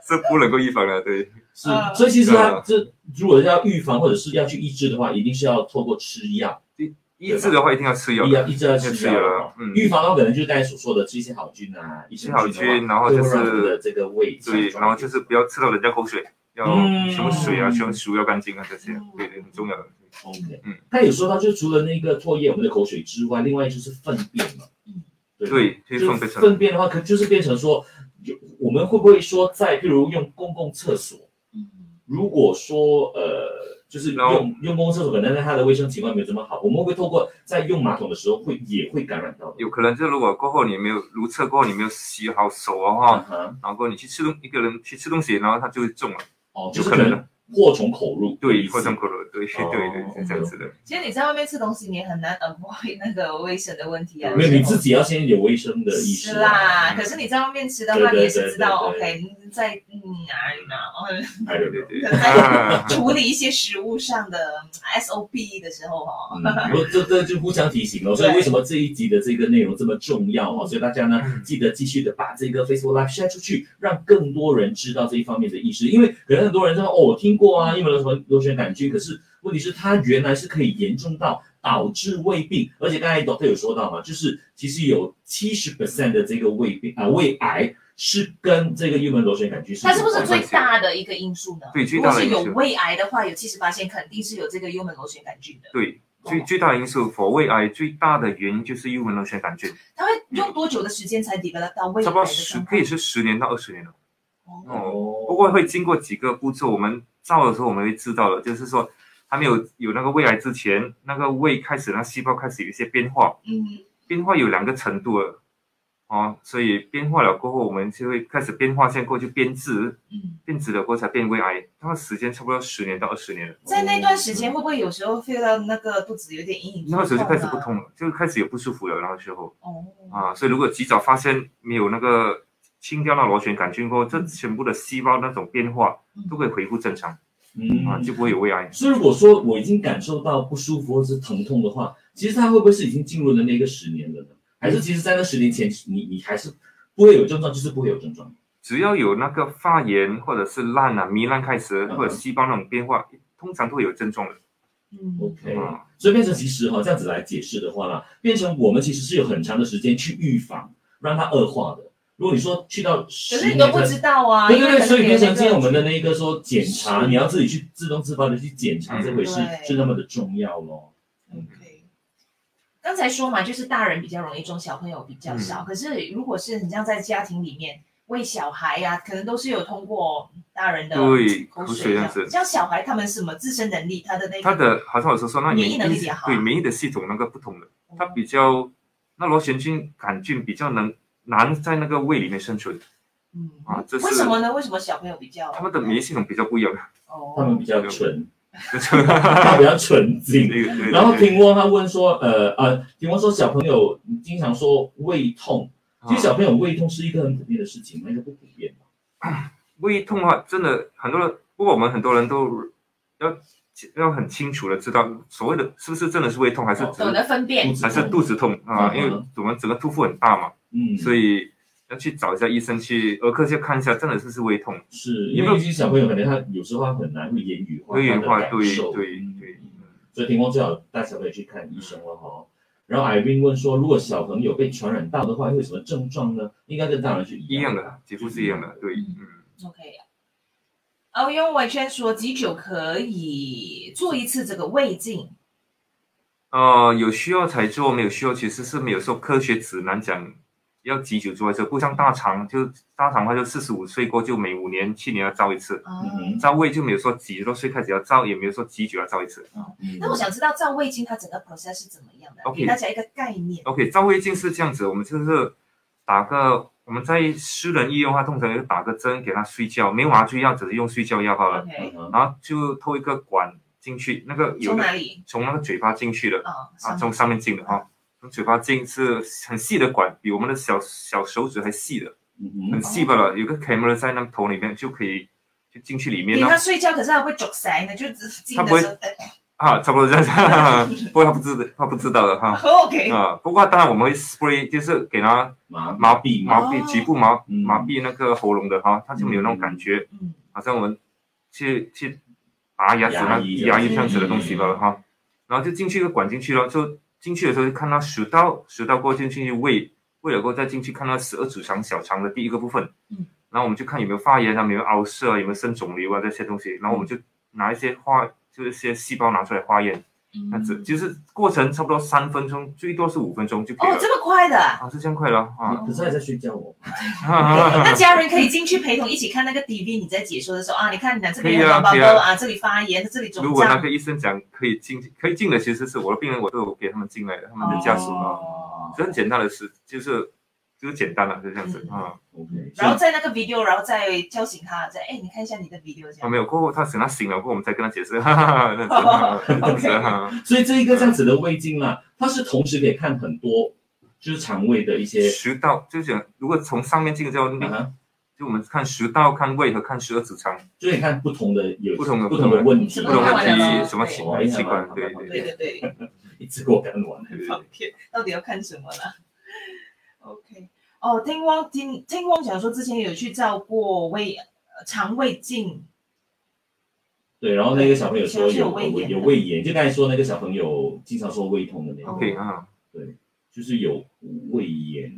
Speaker 3: 这不能够预防的，对，
Speaker 2: 是，
Speaker 1: 嗯
Speaker 2: 所以其实他
Speaker 3: 嗯
Speaker 2: 这如果要预防或者是要去抑制的话，一定是要透过吃药，
Speaker 3: 医治的话一定要吃药
Speaker 2: 一
Speaker 3: 的，
Speaker 2: 要抑制要吃
Speaker 3: 吃
Speaker 2: 药
Speaker 3: 药
Speaker 2: 的
Speaker 3: 了
Speaker 2: 话。，
Speaker 3: 嗯，
Speaker 2: 预防的话，可能就是刚才所说的吃一些好菌啊，益
Speaker 3: 吃
Speaker 2: 生
Speaker 3: 好
Speaker 2: 菌啊
Speaker 3: 菌，然后就
Speaker 2: 会让你
Speaker 3: 是
Speaker 2: 的这个胃肠
Speaker 3: 对，
Speaker 2: 状
Speaker 3: 然后就是不要吃到人家口水，要
Speaker 2: 嗯
Speaker 3: 全部水啊，全部食物要干净啊，这些对，很重要的。
Speaker 2: OK，嗯
Speaker 3: 嗯，
Speaker 2: 他有说到，就除了那个唾液、我们的口水之外，另外就是粪便嘛。
Speaker 1: 嗯，
Speaker 2: 吧，
Speaker 3: 对，推
Speaker 2: 就
Speaker 3: 粪
Speaker 2: 是
Speaker 3: 非常
Speaker 2: 粪便的话，可就是变成说，有我们会不会说在，譬如用公共厕所，
Speaker 1: 嗯，
Speaker 2: 如果说呃，就是
Speaker 3: 然后
Speaker 2: 用用公共厕所，可能它的卫生情况没有这么好，我们会不会透过在用马桶的时候会也会感染到的？
Speaker 3: 有可能就如果过后你没有如厕过后你没有洗好手的
Speaker 2: 啊
Speaker 3: 话，
Speaker 2: 哈，
Speaker 3: 然后你去吃东一个人去吃东西，然后他就会中了，
Speaker 2: 哦，就
Speaker 3: 有
Speaker 2: 是
Speaker 3: 可
Speaker 2: 可
Speaker 3: 能
Speaker 2: 能祸从口入，
Speaker 3: 对，
Speaker 2: 祸
Speaker 3: 或
Speaker 2: 从
Speaker 3: 上口了，对
Speaker 2: 哦
Speaker 3: 对对，是这样子的。
Speaker 1: 其实你在外面吃东西，你很难 avoid 那个卫生的问题啊。
Speaker 2: 没有你自己要先有卫生的意识
Speaker 1: 是
Speaker 2: 啊。
Speaker 1: 啦，
Speaker 3: 嗯
Speaker 1: 可是你在外面吃的
Speaker 2: 对
Speaker 1: 话，
Speaker 2: 对
Speaker 1: 你也是知道
Speaker 2: 对对
Speaker 1: OK，你在嗯哪里呢？
Speaker 2: 哎，
Speaker 3: 对
Speaker 2: 对对对。
Speaker 3: 对对，
Speaker 1: 可能在
Speaker 3: 啊
Speaker 1: 处理一些食物上的嗯 SOP 的时候哦，
Speaker 2: 嗯，不，这这就互相提醒了。所以为什么这一集的这个内容这么重要
Speaker 1: 嗯
Speaker 2: 哦？所以大家呢，记得继续的把这个 Facebook Live share 出去，让更多人知道这一方面的意识。因为可能很多人说哦，我听过
Speaker 1: 嗯
Speaker 2: 啊，因为有什么螺旋杆菌，可是问题是它原来是可以严重到导致胃病，而且刚才 Doctor 有说到嘛，就是其实有七十 percent 的这个胃病啊、胃癌是跟这个幽门螺旋杆菌是
Speaker 1: 它是不是
Speaker 2: 有关
Speaker 1: 最大的一个因素呢？
Speaker 3: 对
Speaker 1: 如
Speaker 3: 最
Speaker 1: 果
Speaker 3: 大的
Speaker 1: 是
Speaker 3: 因
Speaker 1: 有
Speaker 3: 素，
Speaker 1: 胃癌的话，有七十八线肯定是有这个幽门螺旋杆菌的。
Speaker 3: 对最最大的因素，否胃癌最大的原因就是幽门螺旋杆菌，
Speaker 1: 它会用多久的时间才 develop 到胃
Speaker 3: 差
Speaker 1: 癌
Speaker 3: 不多
Speaker 1: 的
Speaker 3: 十
Speaker 1: 状
Speaker 3: 可
Speaker 1: 态
Speaker 3: 以？是十年到二十年了。
Speaker 1: 哦
Speaker 3: 哦，
Speaker 2: 哦，
Speaker 3: 不过会经过几个步骤，我们照的时候我们会知道的，就是说还没有有那个胃癌之前，那个胃开始那细胞开始有一些变化，
Speaker 1: 嗯，
Speaker 3: 变化有两个程度了，哦，所以变化了过后，我们就会开始变化线过去变质，
Speaker 1: 嗯，
Speaker 3: 变质了过后才变胃癌，那个时间差不多十年到二十年了，
Speaker 1: 在那段时间会不会有时候 feel 到那个肚子有点隐隐
Speaker 3: 那个时候就开始
Speaker 1: 作
Speaker 3: 不
Speaker 1: 痛啊
Speaker 3: 痛了，就开始有不舒服了，那个时候
Speaker 1: 哦，
Speaker 3: 啊，所以如果及早发现没有那个清掉那螺旋杆菌过后，这全部的细胞那种变化
Speaker 1: 嗯
Speaker 3: 都可以恢复正常
Speaker 2: 嗯
Speaker 3: 啊，就不会有胃癌。
Speaker 2: 所以如果说我已经感受到不舒服或是疼痛的话，其实它会不会是已经进入了那个十年了呢？还是其实在那十年前，你你还是不会有症状，就是不会有症状。
Speaker 3: 只要有那个发炎或者是烂啊、糜烂开始，或者细胞那种变化，通常都会有症状的。
Speaker 1: 嗯，
Speaker 2: OK，、
Speaker 3: 嗯
Speaker 2: 所以变成其实哈、这样子来解释的话啦，变成我们其实是有很长的时间去预防，让它恶化的。如果你说去到
Speaker 1: 可
Speaker 2: 十
Speaker 1: 是
Speaker 2: 年
Speaker 1: 你
Speaker 2: 这
Speaker 1: 都
Speaker 2: 样，
Speaker 1: 不知道啊，
Speaker 2: 对
Speaker 1: 因为可
Speaker 2: 对对，
Speaker 1: 能
Speaker 2: 所以
Speaker 1: 你
Speaker 2: 变
Speaker 1: 的
Speaker 2: 成今
Speaker 1: 那
Speaker 2: 天
Speaker 1: 个
Speaker 2: 我们的那个说检查，
Speaker 1: 是
Speaker 2: 你要自己去自动自发的去检查，
Speaker 3: 嗯哦
Speaker 2: 这回事
Speaker 1: 对
Speaker 2: 是那么的重要咯。
Speaker 1: OK，刚
Speaker 3: 嗯
Speaker 1: 才说嘛，就是大人比较容易中，小朋友比较少。可是如果是你像在家庭里面，喂小孩呀、可能都是有通过大人的
Speaker 3: 对
Speaker 1: 口
Speaker 3: 口
Speaker 1: 水这
Speaker 3: 水这
Speaker 1: 样
Speaker 3: 样子
Speaker 1: 像小孩他们什么自身能力，他的那个
Speaker 3: 它的好像我说说那
Speaker 1: 免疫能力
Speaker 3: 系
Speaker 1: 比较好啊哦
Speaker 3: 对免疫的系统那个不同的，它比较那螺旋菌杆菌比较能难在那个胃里面生存
Speaker 1: 嗯，
Speaker 3: 啊，这是
Speaker 1: 为什么呢？为什么小朋友比较
Speaker 3: 他们的免疫系统比较不一 样，
Speaker 2: 他们
Speaker 1: 哦
Speaker 2: 比较纯，
Speaker 3: 就是
Speaker 2: 他们比较纯
Speaker 3: 对
Speaker 2: 净。
Speaker 3: 对 对，
Speaker 2: 然后
Speaker 3: 对
Speaker 2: 平翁他问说，呃呃，平翁说小朋友经常说胃痛，其实
Speaker 3: 啊
Speaker 2: 小朋友胃痛是一个很普遍的事情，那个不普遍吧？
Speaker 3: 胃痛的话，真的很多人，不过我们很多人都要要很清楚的知道所谓的是不是真的是胃痛，还是
Speaker 2: 哦
Speaker 3: 只
Speaker 1: 懂
Speaker 3: 是
Speaker 1: 得分
Speaker 2: 肚
Speaker 1: 辨，
Speaker 2: 子
Speaker 3: 还是
Speaker 2: 痛
Speaker 3: 肚子痛啊？
Speaker 2: 嗯
Speaker 3: 因为我们整个肚腹很大嘛，
Speaker 2: 嗯，
Speaker 3: 所以要去找一下医生去儿科去看一下，真的是不是胃痛？
Speaker 2: 是
Speaker 3: 有
Speaker 2: 因
Speaker 3: 没有
Speaker 2: 为其实小朋友可能他有时候他很难会言语化
Speaker 3: 会言
Speaker 2: 他
Speaker 3: 化
Speaker 2: 的感
Speaker 3: 对
Speaker 2: 受，
Speaker 3: 对
Speaker 2: 嗯
Speaker 3: 对
Speaker 2: 嗯所以霆锋最好带小朋友去看医生了哈。然后 Irene 问说，如果小朋友被传染到的话，会有什么症状呢？应该跟大人是一
Speaker 3: 一
Speaker 2: 样
Speaker 3: 样的，几乎是一样的，对，嗯，
Speaker 1: OK 啊。欧用伟圈说，几久可以做一次这个胃镜？
Speaker 3: 呃，有需要才做，没有需要其实是没有说科学指南讲要几久做一次，不像大肠，就大肠的话就四十五岁过就每五年去年要照一次，
Speaker 1: 啊
Speaker 2: 嗯哼
Speaker 3: 照胃就没有说几多岁开始要照，也没有说几久要照一次。
Speaker 2: 嗯
Speaker 1: 那我想知道照胃镜它整个 process 是怎么样的，
Speaker 3: OK
Speaker 1: 给大家一个概念。
Speaker 3: OK，照胃镜是这样子，我们就是打个我们在私人医院的话，通常就打个针给他睡觉，没有麻醉药，只是用睡觉药罢了。
Speaker 2: 嗯
Speaker 1: OK，
Speaker 2: 哼
Speaker 3: 然后就透一个管进去，那个有
Speaker 1: 从哪
Speaker 3: 的
Speaker 1: 里？
Speaker 3: 从那个嘴巴进去的
Speaker 1: 啊，
Speaker 3: 啊，
Speaker 1: 上
Speaker 3: 从上面进的啊，从嘴巴进是很细的管，比我们的小小手指还细的，
Speaker 2: 嗯
Speaker 3: 很
Speaker 2: 哼
Speaker 3: 细罢了。
Speaker 1: 哦
Speaker 3: 有个 camera 在那个头里面就可以就进去里面
Speaker 1: 你
Speaker 3: 了
Speaker 1: 他睡觉，可是他会走塞呢，就只是进
Speaker 3: 它
Speaker 1: 的
Speaker 3: 不会
Speaker 1: 时候。 哎
Speaker 3: 啊，差不多这样 子。不过他不知道，他不知道的哈
Speaker 1: 哦 OK，
Speaker 3: 啊。不过当然我们会 spray，就是给他
Speaker 2: 麻
Speaker 3: 麻痹、麻痹
Speaker 1: 哦
Speaker 3: 局部麻
Speaker 2: 嗯
Speaker 3: 麻痹那个喉咙的哈，它就没有那种感觉，
Speaker 1: 嗯，
Speaker 3: 好像我们去去拔牙齿
Speaker 2: 牙
Speaker 3: 那
Speaker 2: 医
Speaker 3: 牙医这样子的
Speaker 2: 嗯
Speaker 3: 东西吧哈，然后就进去就管进去了，就进去的时候就看到食道，食道过进去胃，胃了过再进去看到十二指肠小肠的第一个部分，
Speaker 1: 嗯，
Speaker 3: 然后我们就看有没有发炎啊，有没有凹陷啊，有没有生肿瘤啊这些东西，然后我们就拿一些化就是一些细胞拿出来化验，这样子
Speaker 1: 嗯
Speaker 3: 就是过程差不多三分钟，最多是五分钟就可以
Speaker 1: 哦，
Speaker 3: 了
Speaker 1: 这么快 的啊。
Speaker 3: 啊，是这样快了啊。
Speaker 2: 可是还在睡觉哦。
Speaker 1: 那家人可以进去陪同一起看那个 DV，你在解说的时候啊，你看你俩这边
Speaker 3: 可
Speaker 1: 有
Speaker 3: 以啊
Speaker 1: 包包
Speaker 3: 可以啊
Speaker 1: 啊，这里发炎，这里肿
Speaker 3: 如果那
Speaker 1: 胀，啊
Speaker 3: 个医生讲可以进，可以进的，其实是我的病人，我都有给他们进来的，他们的家属啊，
Speaker 1: 哦
Speaker 3: 这很简单的事，就是就是简单了，就这样子啊。
Speaker 2: OK，
Speaker 1: 然后在那个 video，然后再叫醒他，再哎，你看一下你的 video 这
Speaker 3: 啊，
Speaker 1: 样。
Speaker 3: 没有过后他醒，他醒了过后我们才跟他解释，哈哈哈，这样子，这样子啊，
Speaker 2: 所以这一个这样子的胃镜啦，它是同时可以看很多，就是肠胃的一些
Speaker 3: 食道就是讲，如果从上面进之后，
Speaker 2: 啊哈，
Speaker 3: 就我们看食道、看胃和看十二指肠，
Speaker 2: 就可以看不同的有
Speaker 3: 不同的
Speaker 2: 不同的问题，
Speaker 1: 不
Speaker 3: 不
Speaker 1: 同的
Speaker 3: 同
Speaker 1: 问
Speaker 3: 问
Speaker 1: 题
Speaker 3: 题什么器
Speaker 2: 哦哎呀
Speaker 3: 器官，
Speaker 2: 蛮
Speaker 3: 对
Speaker 2: 蛮
Speaker 1: 对
Speaker 3: 对
Speaker 1: 对对。
Speaker 2: 一次过看完。
Speaker 3: 对，
Speaker 1: 照片，到底要看什么啦？OK，哦，听汪听听汪讲说之前有去照过胃呃肠胃镜，
Speaker 2: 对，然后那个小朋友说
Speaker 1: 是有
Speaker 2: 有
Speaker 1: 胃炎的
Speaker 2: 有胃炎，就刚才说那个小朋友经常说胃痛的那个，
Speaker 3: ，OK 啊，
Speaker 2: 就是有胃炎。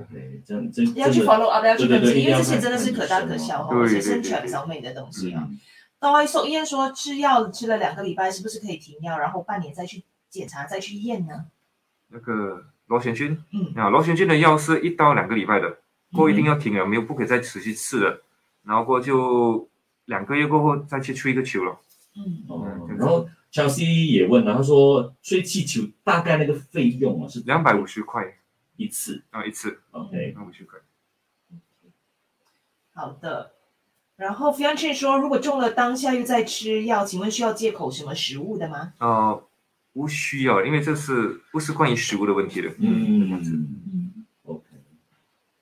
Speaker 2: OK，这样真
Speaker 1: 要去
Speaker 2: 真的
Speaker 1: follow up，要去
Speaker 2: 对
Speaker 1: 跟
Speaker 2: 对对
Speaker 1: 进，因为这
Speaker 2: 一定
Speaker 1: 些
Speaker 2: 要
Speaker 1: 真的是
Speaker 2: 看
Speaker 1: 可大可小哦，
Speaker 3: 对
Speaker 1: 是
Speaker 3: 对
Speaker 1: 生
Speaker 3: 对
Speaker 1: 全
Speaker 3: 对
Speaker 1: 小美的东西啊。
Speaker 2: 嗯
Speaker 1: 到外送医院说吃药吃了两个礼拜，是不是可以停药，然后半年再去检查再去验呢？
Speaker 3: 那个螺旋菌
Speaker 1: 嗯
Speaker 3: 啊，螺旋菌的药是一到两个礼拜的，过后一定要停了，没有不可以再持续吃了，然后过后就两个月过后再去吹一个球了。
Speaker 1: 嗯，
Speaker 2: 哦
Speaker 3: 嗯
Speaker 2: 然后 Chelsea 也问了，他说吹气球大概那个费用啊是
Speaker 3: 两百五十块
Speaker 2: 一次
Speaker 3: 啊，一次
Speaker 2: ，OK，
Speaker 3: 两百五十块。
Speaker 1: 好的。然后 Fiance 说，如果中了当下又在吃药，请问需要借口什么食物的吗？
Speaker 3: 呃，不需要，因为这是不是关于食物的问题的。
Speaker 2: 嗯
Speaker 1: 嗯，
Speaker 2: ，OK。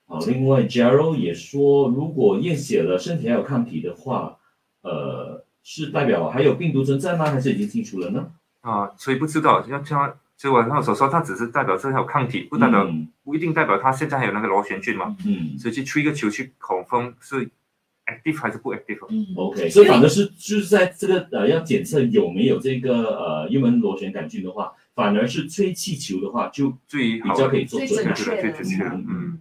Speaker 2: 好，另外 Gerald 也说，如果验血了身体还有抗体的话，呃，是代表还有病毒存在吗？还是已经清除了呢？
Speaker 3: 啊，所以不知道，要像就我刚才所说，它只是代表这条抗体，不代表、
Speaker 2: 嗯
Speaker 3: 不一定代表它现在还有那个螺旋菌嘛。
Speaker 2: 嗯
Speaker 3: 所以去吹一个球去口风是 active 还是不 active 啊。
Speaker 1: 嗯
Speaker 2: OK，所以反而是就是在这个呃要检测有没有这个呃幽门螺旋杆菌的话，反而是吹气球的话就
Speaker 3: 最
Speaker 2: 比
Speaker 3: 好
Speaker 2: 较可以做
Speaker 1: 最
Speaker 2: 准
Speaker 1: 准
Speaker 2: 的。
Speaker 1: 确
Speaker 3: 最
Speaker 1: 的
Speaker 3: 准确的，嗯，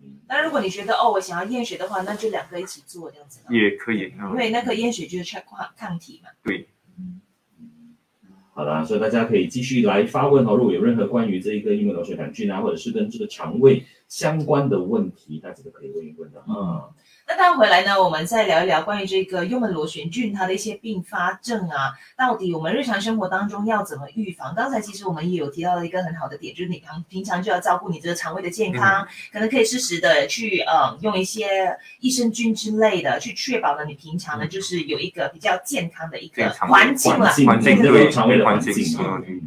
Speaker 2: 嗯
Speaker 1: 那如果你觉得哦，我想要验血的话，那就两个一起做这样子咯。
Speaker 3: 也可以。嗯
Speaker 1: 因为那个验血就是 check 抗抗体嘛。
Speaker 2: 好啦，所以大家可以继续来发问哦。如果有任何关于这一个幽门螺旋杆菌啊，或者是跟这个肠胃相关的问题，大家都可以问一问的啊。
Speaker 1: 那待会回来呢，我们再聊一聊关于这个幽门螺旋菌它的一些并发症啊，到底我们日常生活当中要怎么预防？刚才其实我们也有提到了一个很好的点，就是你平平常就要照顾你这个肠胃的健康，
Speaker 3: 嗯
Speaker 1: 可能可以适时的去呃用一些益生菌之类的，去确保呢你平常呢
Speaker 3: 嗯
Speaker 1: 就是有一个比较健康的一
Speaker 3: 这
Speaker 1: 个
Speaker 3: 个肠胃
Speaker 1: 环境了
Speaker 2: 环。境
Speaker 3: 环境
Speaker 2: 对
Speaker 3: 对
Speaker 2: 肠胃的
Speaker 3: 环
Speaker 2: 环
Speaker 3: 境
Speaker 2: 境啊
Speaker 1: 嘛
Speaker 2: 嘛。
Speaker 3: 嗯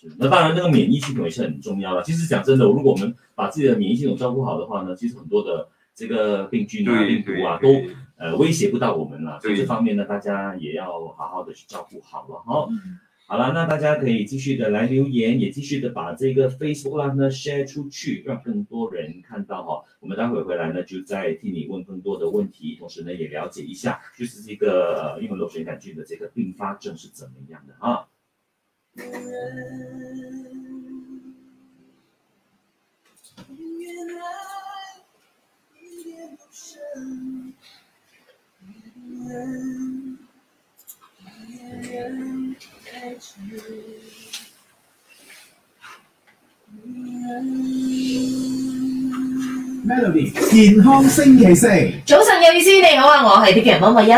Speaker 2: 是，那当然，那个免疫系统也是很重要的。其实讲真的，如果我们把自己的免疫系统照顾好的话呢，其实很多的这个病菌啊、
Speaker 3: 对
Speaker 2: 病
Speaker 3: 对
Speaker 2: 毒啊，都
Speaker 3: 对，
Speaker 2: 呃威胁不到我们了。所以
Speaker 3: 对
Speaker 2: 这方面呢，大家也要好好的去照顾好了哈。
Speaker 1: 嗯
Speaker 2: 好了，那大家可以继续的来留言，也继续的把这个 Facebook Live 呢 share 出去，让更多人看到哈、我们待会回来呢，就再替你问更多的问题，同时呢，也了解一下，就是这个呃，因为螺旋杆菌的这个并发症是怎么样的啊。
Speaker 4: Melody 健康星期四。
Speaker 1: 早晨有意思，你好啊，我係 p i c k 温慧欣。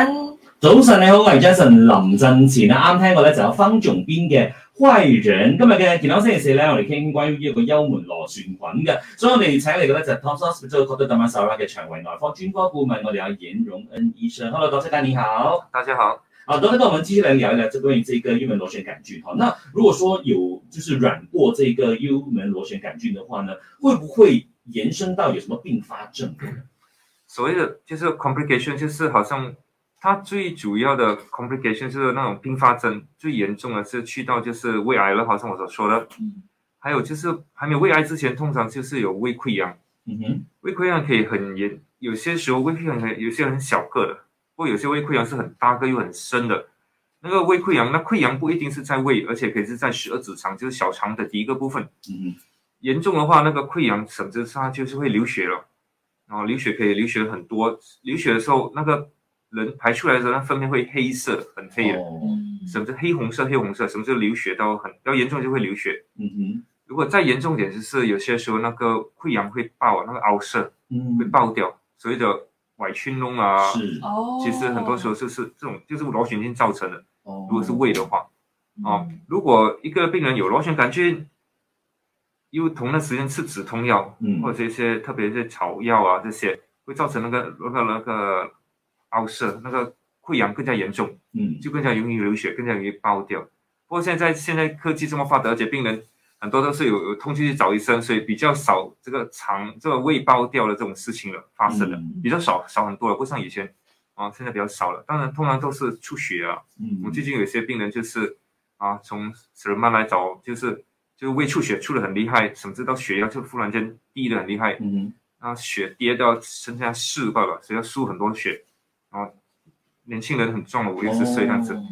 Speaker 2: 早晨，你好，我係 Jason 林振前啊，啱聽過咧就有方仲邊嘅壞人。今日嘅健康星期四咧，我哋傾關於呢個幽門螺旋菌嘅，所以我哋請嚟嘅咧就係 Thompson Hospital Dr. d a m a s a r a 嘅腸胃內科專科顧問，我哋有嚴容恩醫生。Hello，Dr. 丹你好。
Speaker 3: 大家好，
Speaker 2: 好的，那我们继续来聊一聊这关于这个幽门螺旋杆菌哈。那如果说有就是染过这个幽门螺旋杆菌的话呢，会不会延伸到有什么并发症的呢？
Speaker 3: 所谓的就是 complication，就是好像它最主要的 complication 就是那种并发症，最严重的是去到就是胃癌了，好像我所说的，
Speaker 1: 嗯
Speaker 3: 还有就是还没有胃癌之前，通常就是有胃溃疡，
Speaker 2: 嗯哼，
Speaker 3: 胃溃疡可以很严，有些时候胃溃疡很有些很小个的，不过有些胃溃疡是很大个又很深的。那个胃溃疡，那溃疡不一定是在胃，而且可以是在十二指肠，就是小肠的第一个部分。
Speaker 2: 嗯
Speaker 3: 严重的话，那个溃疡甚至它就是会流血了，然后流血可以流血很多，流血的时候那个人排出来的时候，那粪便会黑色，很黑
Speaker 2: 哼，
Speaker 3: 的，
Speaker 2: 哦，
Speaker 3: 什么是黑红色，黑红色，什么是流血到很，要严重就会流血。
Speaker 2: 嗯哼，
Speaker 3: 如果再严重点，就是有些时候那个溃疡会爆，那个凹射会
Speaker 2: 嗯，
Speaker 3: 爆掉，所谓的崴圈窿啊，
Speaker 2: 是，
Speaker 1: 哦
Speaker 3: 其实很多时候就是这种就是螺旋菌造成的。
Speaker 2: 哦，
Speaker 3: 如果是胃的话，哦
Speaker 1: 嗯，
Speaker 3: 如果一个病人有螺旋杆菌，又同段时间吃止痛药，
Speaker 2: 嗯
Speaker 3: 或者一些特别是草药啊这些，会造成那个那个那个凹射，那个溃疡更加严重，
Speaker 2: 嗯，
Speaker 3: 就更加容易流血，更加容易爆掉。不过现在现在科技这么发达，而且病人很多都是有有通知去找医生，所以比较少这个肠这个胃爆掉的这种事情了发生了，
Speaker 2: 嗯
Speaker 3: 比较少少很多了，不像以前啊、现在比较少了。当然，通常都是出血啊。
Speaker 2: 嗯，
Speaker 3: 我们最近有些病人就是啊，从死人慢来找，就是就是胃出血出的很厉害，甚至到血压就忽然间低的很厉害，
Speaker 2: 嗯哼，
Speaker 3: 那血跌到剩下四个了，所以要输很多血，然后年轻人很壮了，五六十岁这样子，
Speaker 2: 哦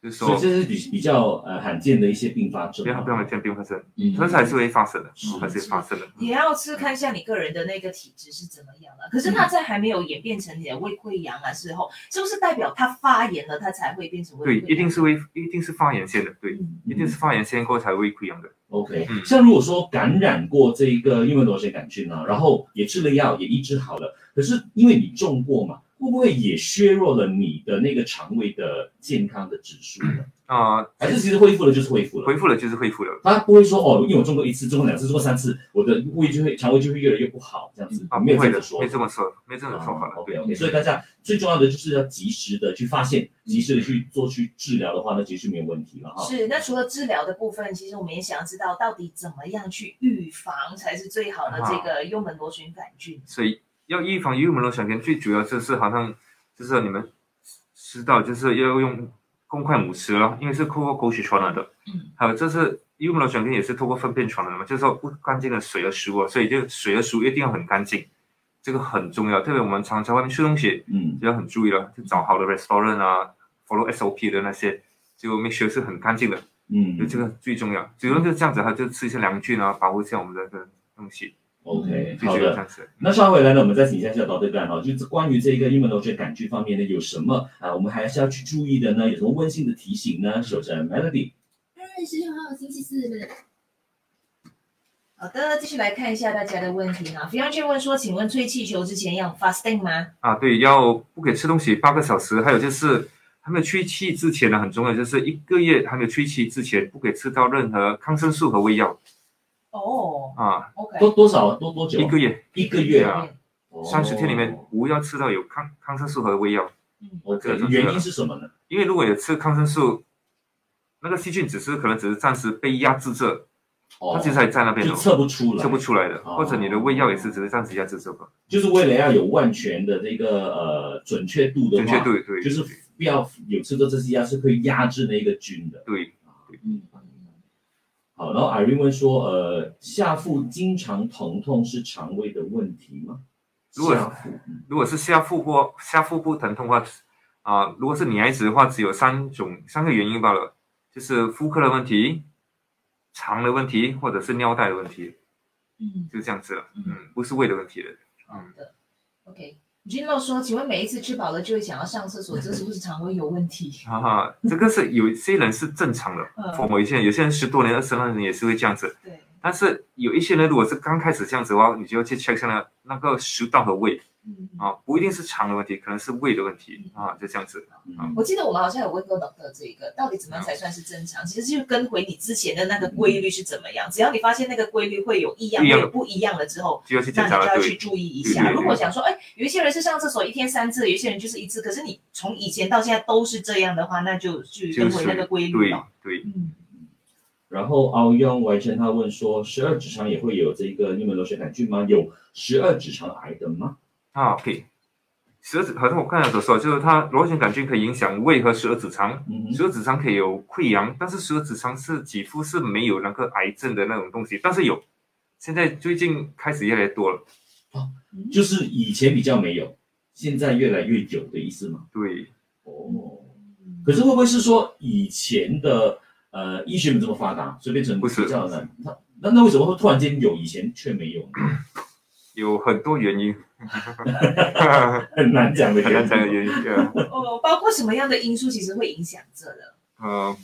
Speaker 3: 就是
Speaker 2: 所
Speaker 3: 说
Speaker 2: 以这是比比较呃罕见的一些并发症
Speaker 3: 不
Speaker 2: 啊，
Speaker 3: 要不要每天并发生，
Speaker 2: 嗯，
Speaker 3: 但是还是会发生的
Speaker 2: 是，
Speaker 3: 还是会发生的。
Speaker 1: 也要是看一下你个人的那个体质是怎么样了。
Speaker 3: 嗯
Speaker 1: 可是它在还没有演变成你的胃溃疡啊时候，是不是代表它发炎了，它才会变成
Speaker 3: 对，
Speaker 1: 胃溃疡？
Speaker 3: 一定是会，一定是发炎先的，对，
Speaker 1: 嗯
Speaker 3: 一定是发炎先过后才胃溃疡的。
Speaker 2: OK，、
Speaker 3: 嗯
Speaker 2: 像如果说感染过这一个幽门螺旋杆菌啊，然后也吃了药，也医治好了，可是因为你中过嘛，会不会也削弱了你的那个肠胃的健康的指数呢？
Speaker 3: 啊、
Speaker 2: 还是其实恢复了就是恢复了？
Speaker 3: 恢复了就是恢复了。
Speaker 2: 他不会说哦，因为我中过一次，中过两次，中过三次，我的胃就会肠胃就会越来越不好这样子，
Speaker 3: 啊，
Speaker 2: 没
Speaker 3: 不
Speaker 2: 有这
Speaker 3: 会
Speaker 2: 样
Speaker 3: 的
Speaker 2: 子，说
Speaker 3: 没。这么说，没这种说法
Speaker 2: 好
Speaker 3: 了。
Speaker 2: 啊，OK
Speaker 3: 对，嗯
Speaker 2: OK，所以大家最重要的就是要及时的去发现，及时的去做去治疗的话，那其实是没有问题了哈。
Speaker 1: 是，那除了治疗的部分，其实我们也想要知道到底怎么样去预防才是最好的
Speaker 3: 啊
Speaker 1: 这个幽门螺旋杆菌。
Speaker 3: 所以要预防幽门螺旋杆菌，最主要就是好像就是你们知道，就是要用公筷母匙了，因为是透过狗血传染的。
Speaker 1: 嗯，
Speaker 3: 还有就是幽门螺旋杆菌也是透过粪便传染的嘛，就是说不干净的水和食物啊，所以就水和食物一定要很干净，这个很重要。特别我们常在外面吃东西，
Speaker 2: 嗯
Speaker 3: 要很注意了，就找好的 restaurant 啊，follow SOP 的那些，就 make sure 是很干净的，就
Speaker 2: 嗯
Speaker 3: 这个最重要。主要就是这样子，还有就吃一些良菌啊，保护一下我们的这个东西，
Speaker 2: ，OK，
Speaker 3: 最
Speaker 2: 好
Speaker 3: 主要
Speaker 2: 的
Speaker 3: 嗯这。样子。
Speaker 2: 那稍后回来呢，我们再请教一下 Doctor Gan 哈，就是关于这个幽门螺旋杆菌方面呢，有什么啊，我们还是要去注意的呢？有什么温馨的提醒呢？首先，Melody，
Speaker 5: 二月十六号星期四
Speaker 1: 好的，继续来看一下大家的问题啊。Fiona 问说，请问吹气球之前要 fasting 吗？
Speaker 3: 啊，对，要不可以吃东西八个小时，还有就是还没有吹气之前呢，很重要，就是一个月还没有吹气之前，不可以吃到任何抗生素和胃药
Speaker 1: 哦
Speaker 3: 啊，
Speaker 1: ，OK、o
Speaker 2: 多多少多多久？
Speaker 3: 一个月
Speaker 2: 一个月
Speaker 3: 啊
Speaker 2: 啊，
Speaker 1: k
Speaker 3: 三十天里面不要吃到有抗抗生素和胃药，
Speaker 2: 我
Speaker 3: 这个就是
Speaker 2: 哦原因是什么呢？
Speaker 3: 因为如果有吃抗生素，那个细菌只是可能只是暂时被压制着，它
Speaker 2: 哦，
Speaker 3: 其实还在那边
Speaker 2: 就
Speaker 3: 的，
Speaker 2: 测不出来，
Speaker 3: 测不出来的，
Speaker 2: 哦
Speaker 3: 或者你的胃药也是只是暂时压制着吧，
Speaker 2: 就是为了要有万全的这个呃准确度的
Speaker 3: 准
Speaker 2: 话，
Speaker 3: 确度对对
Speaker 2: 就是不要有吃多这些药是可以压制那个菌的。
Speaker 3: 对，
Speaker 2: 嗯，好，然后 Irene 问说，呃，下腹经常疼痛是肠胃的问题吗？
Speaker 3: 如果
Speaker 2: 下腹
Speaker 3: 如果是下腹部下腹部疼痛的话，啊、如果是女孩子的话，只有三种三个原因罢了，就是妇科的问题、肠的问题，或者是尿袋的问题，
Speaker 1: 嗯
Speaker 3: 就这样子了。
Speaker 1: 嗯
Speaker 3: 嗯，不是胃的问题了。
Speaker 1: OK。Jinlo 说，请问每一次吃饱了就会想要上厕所，这是不是肠胃有问题？
Speaker 3: 哈、哈，这个是有些人是正常的，
Speaker 1: 嗯
Speaker 3: 父某一些人，有些人十多年、二十多年也是会这样子。
Speaker 1: 对，
Speaker 3: 但是有一些人，如果是刚开始这样子的话，你就要去 check 一下那那个食道和胃
Speaker 1: 嗯，
Speaker 3: 啊，不一定是肠的问题，可能是胃的问题啊，就这样子。
Speaker 2: 嗯
Speaker 1: 我记得我们好像有问过 Doctor 这一个，到底怎么样才算是正
Speaker 3: 嗯
Speaker 1: 常？其实就跟回你之前的那个规律是怎么样。只要你发现那个规律会有异样，
Speaker 3: 不一
Speaker 1: 会
Speaker 3: 样
Speaker 1: 有不一样了之后，
Speaker 3: 就要去
Speaker 1: 那
Speaker 3: 检
Speaker 1: 你
Speaker 3: 查
Speaker 1: 就
Speaker 3: 了，
Speaker 1: 要去
Speaker 3: 对，
Speaker 1: 注意一
Speaker 3: 对
Speaker 1: 下。
Speaker 3: 对对
Speaker 1: 如果想说，哎，有一些人是上厕所一天三次，有一些人就是一次，可是你从以前到现在都是这样的话，那就去
Speaker 3: 就
Speaker 1: 跟
Speaker 3: 是
Speaker 1: 回那个规律
Speaker 3: 对
Speaker 1: 了。
Speaker 3: 对，
Speaker 1: 嗯，
Speaker 2: 然后 Ao Young 完成他问说，十二指肠也会有这个幽门螺旋杆菌吗？有十二指肠癌的吗？
Speaker 3: 啊，OK。十二指，好像我刚才所说，就是它螺旋杆菌可以影响胃和十二指肠，
Speaker 2: 嗯
Speaker 3: 十二指肠可以有溃疡，但是十二指肠是几乎是没有那个癌症的那种东西，但是有，现在最近开始越来越多了。
Speaker 2: 哼，就是以前比较没有，现在越来越有的意思吗？
Speaker 3: 对，
Speaker 2: 哦，可是会不会是说以前的呃医学没这么发达，所以变成
Speaker 3: 不是
Speaker 2: 比较难？那那那为什么会突然间有，以前却没有呢？
Speaker 3: 有很多原因，
Speaker 2: 很难讲的，
Speaker 3: 很难讲的。原因。呃
Speaker 1: 哦，包括什么样的因素其实会影响这的？
Speaker 3: 呃，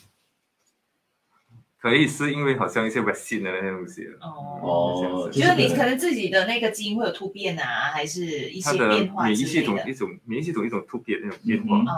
Speaker 3: 可以是因为好像一些 vaccine 的那些东西，
Speaker 1: 哦。
Speaker 2: 哦，
Speaker 1: 就
Speaker 2: 可
Speaker 1: 是
Speaker 2: 能
Speaker 1: 你可能自己的那个基因会有突变啊，还是一
Speaker 3: 它
Speaker 1: 些
Speaker 3: 的
Speaker 1: 变化
Speaker 3: 免疫
Speaker 1: 之
Speaker 3: 系
Speaker 1: 类
Speaker 3: 统
Speaker 1: 的。
Speaker 3: 一种免疫系统一种突变那种变化，
Speaker 2: 嗯
Speaker 1: 哦，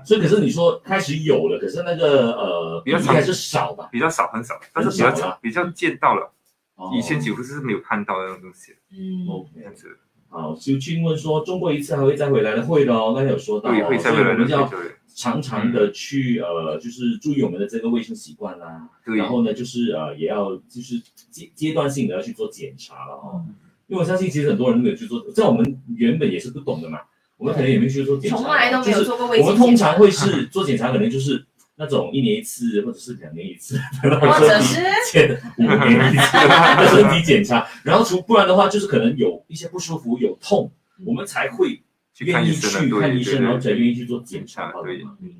Speaker 3: 嗯，
Speaker 2: 所以可是你说开始有了，可是那个呃
Speaker 3: 比较
Speaker 2: 比例
Speaker 3: 常
Speaker 2: 还是少吧？
Speaker 3: 比较少很少，但是比较
Speaker 2: 很
Speaker 1: 啊
Speaker 2: 少
Speaker 3: 常
Speaker 2: 啦
Speaker 3: 比较见到了，
Speaker 2: 哦
Speaker 3: 以前几乎是没有看到的那种东西，
Speaker 1: 嗯，
Speaker 3: 这
Speaker 2: OK
Speaker 3: 样子，
Speaker 2: 好，小俊问说中国一次还会再回来的，会的哦，刚才有说到
Speaker 3: 对，
Speaker 2: 哦，
Speaker 3: 会
Speaker 2: 所
Speaker 3: 再
Speaker 2: 以
Speaker 3: 回来
Speaker 2: 我
Speaker 3: 的，
Speaker 2: 们
Speaker 3: 对
Speaker 2: 要
Speaker 3: 对
Speaker 2: 常常的去呃，就是注意我们的这个卫生习惯啦。
Speaker 3: 对，
Speaker 2: 然后呢，就是呃，也要就是阶阶段性的要去做检查了哦。
Speaker 1: 嗯
Speaker 2: 因为我相信，其实很多人没有去做，在我们原本也是不懂的嘛，我们可能也没去做检查，
Speaker 1: 从来都没有。做过
Speaker 2: 就
Speaker 1: 胃
Speaker 2: 是我
Speaker 1: 镜
Speaker 2: 们通常会是做检查，可能就是那种一年一次，或者是两年一 次，
Speaker 1: 或
Speaker 2: 或
Speaker 1: 者是
Speaker 2: 五年一次 的身体检查。然后除不然的话，就是可能有一些不舒服、有痛，
Speaker 1: 嗯
Speaker 2: 我们才会
Speaker 3: 去
Speaker 2: 愿
Speaker 3: 看
Speaker 2: 意
Speaker 3: 医
Speaker 2: 去
Speaker 3: 生了，
Speaker 2: 看
Speaker 3: 对
Speaker 2: 医生，然后
Speaker 3: 对
Speaker 2: 才
Speaker 3: 对，
Speaker 2: 愿意去做检查。
Speaker 3: 对
Speaker 2: 嗯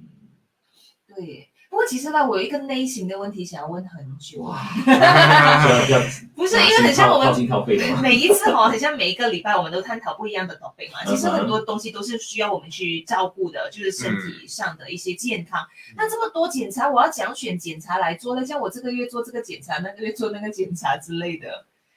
Speaker 1: 对，不过其实呢，我有一个内心的问题想要问很久，
Speaker 2: 哇，这样子
Speaker 1: 不是因为很像我
Speaker 2: 掏掏
Speaker 1: 们
Speaker 2: 心掏肺的嘛。
Speaker 1: 每一次哦，很像每一个礼拜我们都探讨不一样的 topic 嘛。
Speaker 2: 嗯哼
Speaker 1: 其实很多东西都是需要我们去照顾的，就是身体上的一些健康。
Speaker 2: 嗯
Speaker 1: 那这么多检查，我要讲选检查来做呢，像我这个月做这个检查，那个月做那个检查之类的。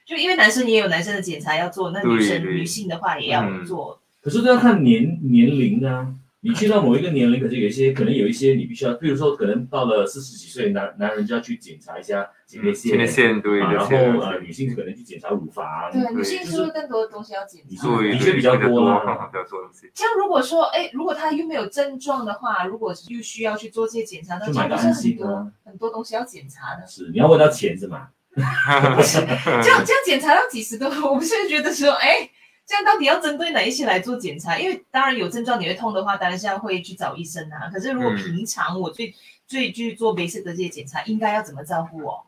Speaker 1: 就因为男生也有男生的检查要做，那女
Speaker 3: 对
Speaker 1: 生
Speaker 3: 对
Speaker 1: 女性的话也要
Speaker 3: 嗯
Speaker 1: 做。
Speaker 2: 可是都要看年年龄啊。你去到某一个年龄，可是有一些可能有一些你必须要，比如说可能到了四十几岁，男男人就要去检查一下前列
Speaker 3: 嗯
Speaker 2: 腺，
Speaker 3: 前列腺对，
Speaker 2: 啊
Speaker 3: 而
Speaker 2: 然
Speaker 3: 且
Speaker 2: 后呃女性可能去检查啊乳房，
Speaker 1: 对，女性
Speaker 3: 就是是
Speaker 1: 不是更多的东西要检查？
Speaker 3: 对，
Speaker 2: 啊的
Speaker 3: 对
Speaker 2: 确比较
Speaker 3: 比较
Speaker 2: 多啦
Speaker 3: 哈哈比较多东西，
Speaker 1: 这样如果说，哎，如果他又没有症状的话，如果又需要去做这些检查，那
Speaker 2: 就
Speaker 1: 这样
Speaker 2: 买
Speaker 1: 不
Speaker 2: 个
Speaker 1: 是
Speaker 2: 安
Speaker 1: 很
Speaker 2: 心
Speaker 1: 多、
Speaker 2: 啊。
Speaker 1: 很多东西要检查的。
Speaker 2: 是，你要问到钱是吗？
Speaker 3: 嗯
Speaker 1: 这样这样检查到几十多， 我们现在觉得说，哎，这样到底要针对哪一些来做检查？因为当然有症状你会痛的话，当然是要会去找医生啊。可是如果
Speaker 3: 嗯
Speaker 1: 平常我最、最去做 basic 的这些检查，应该要怎么照顾哦？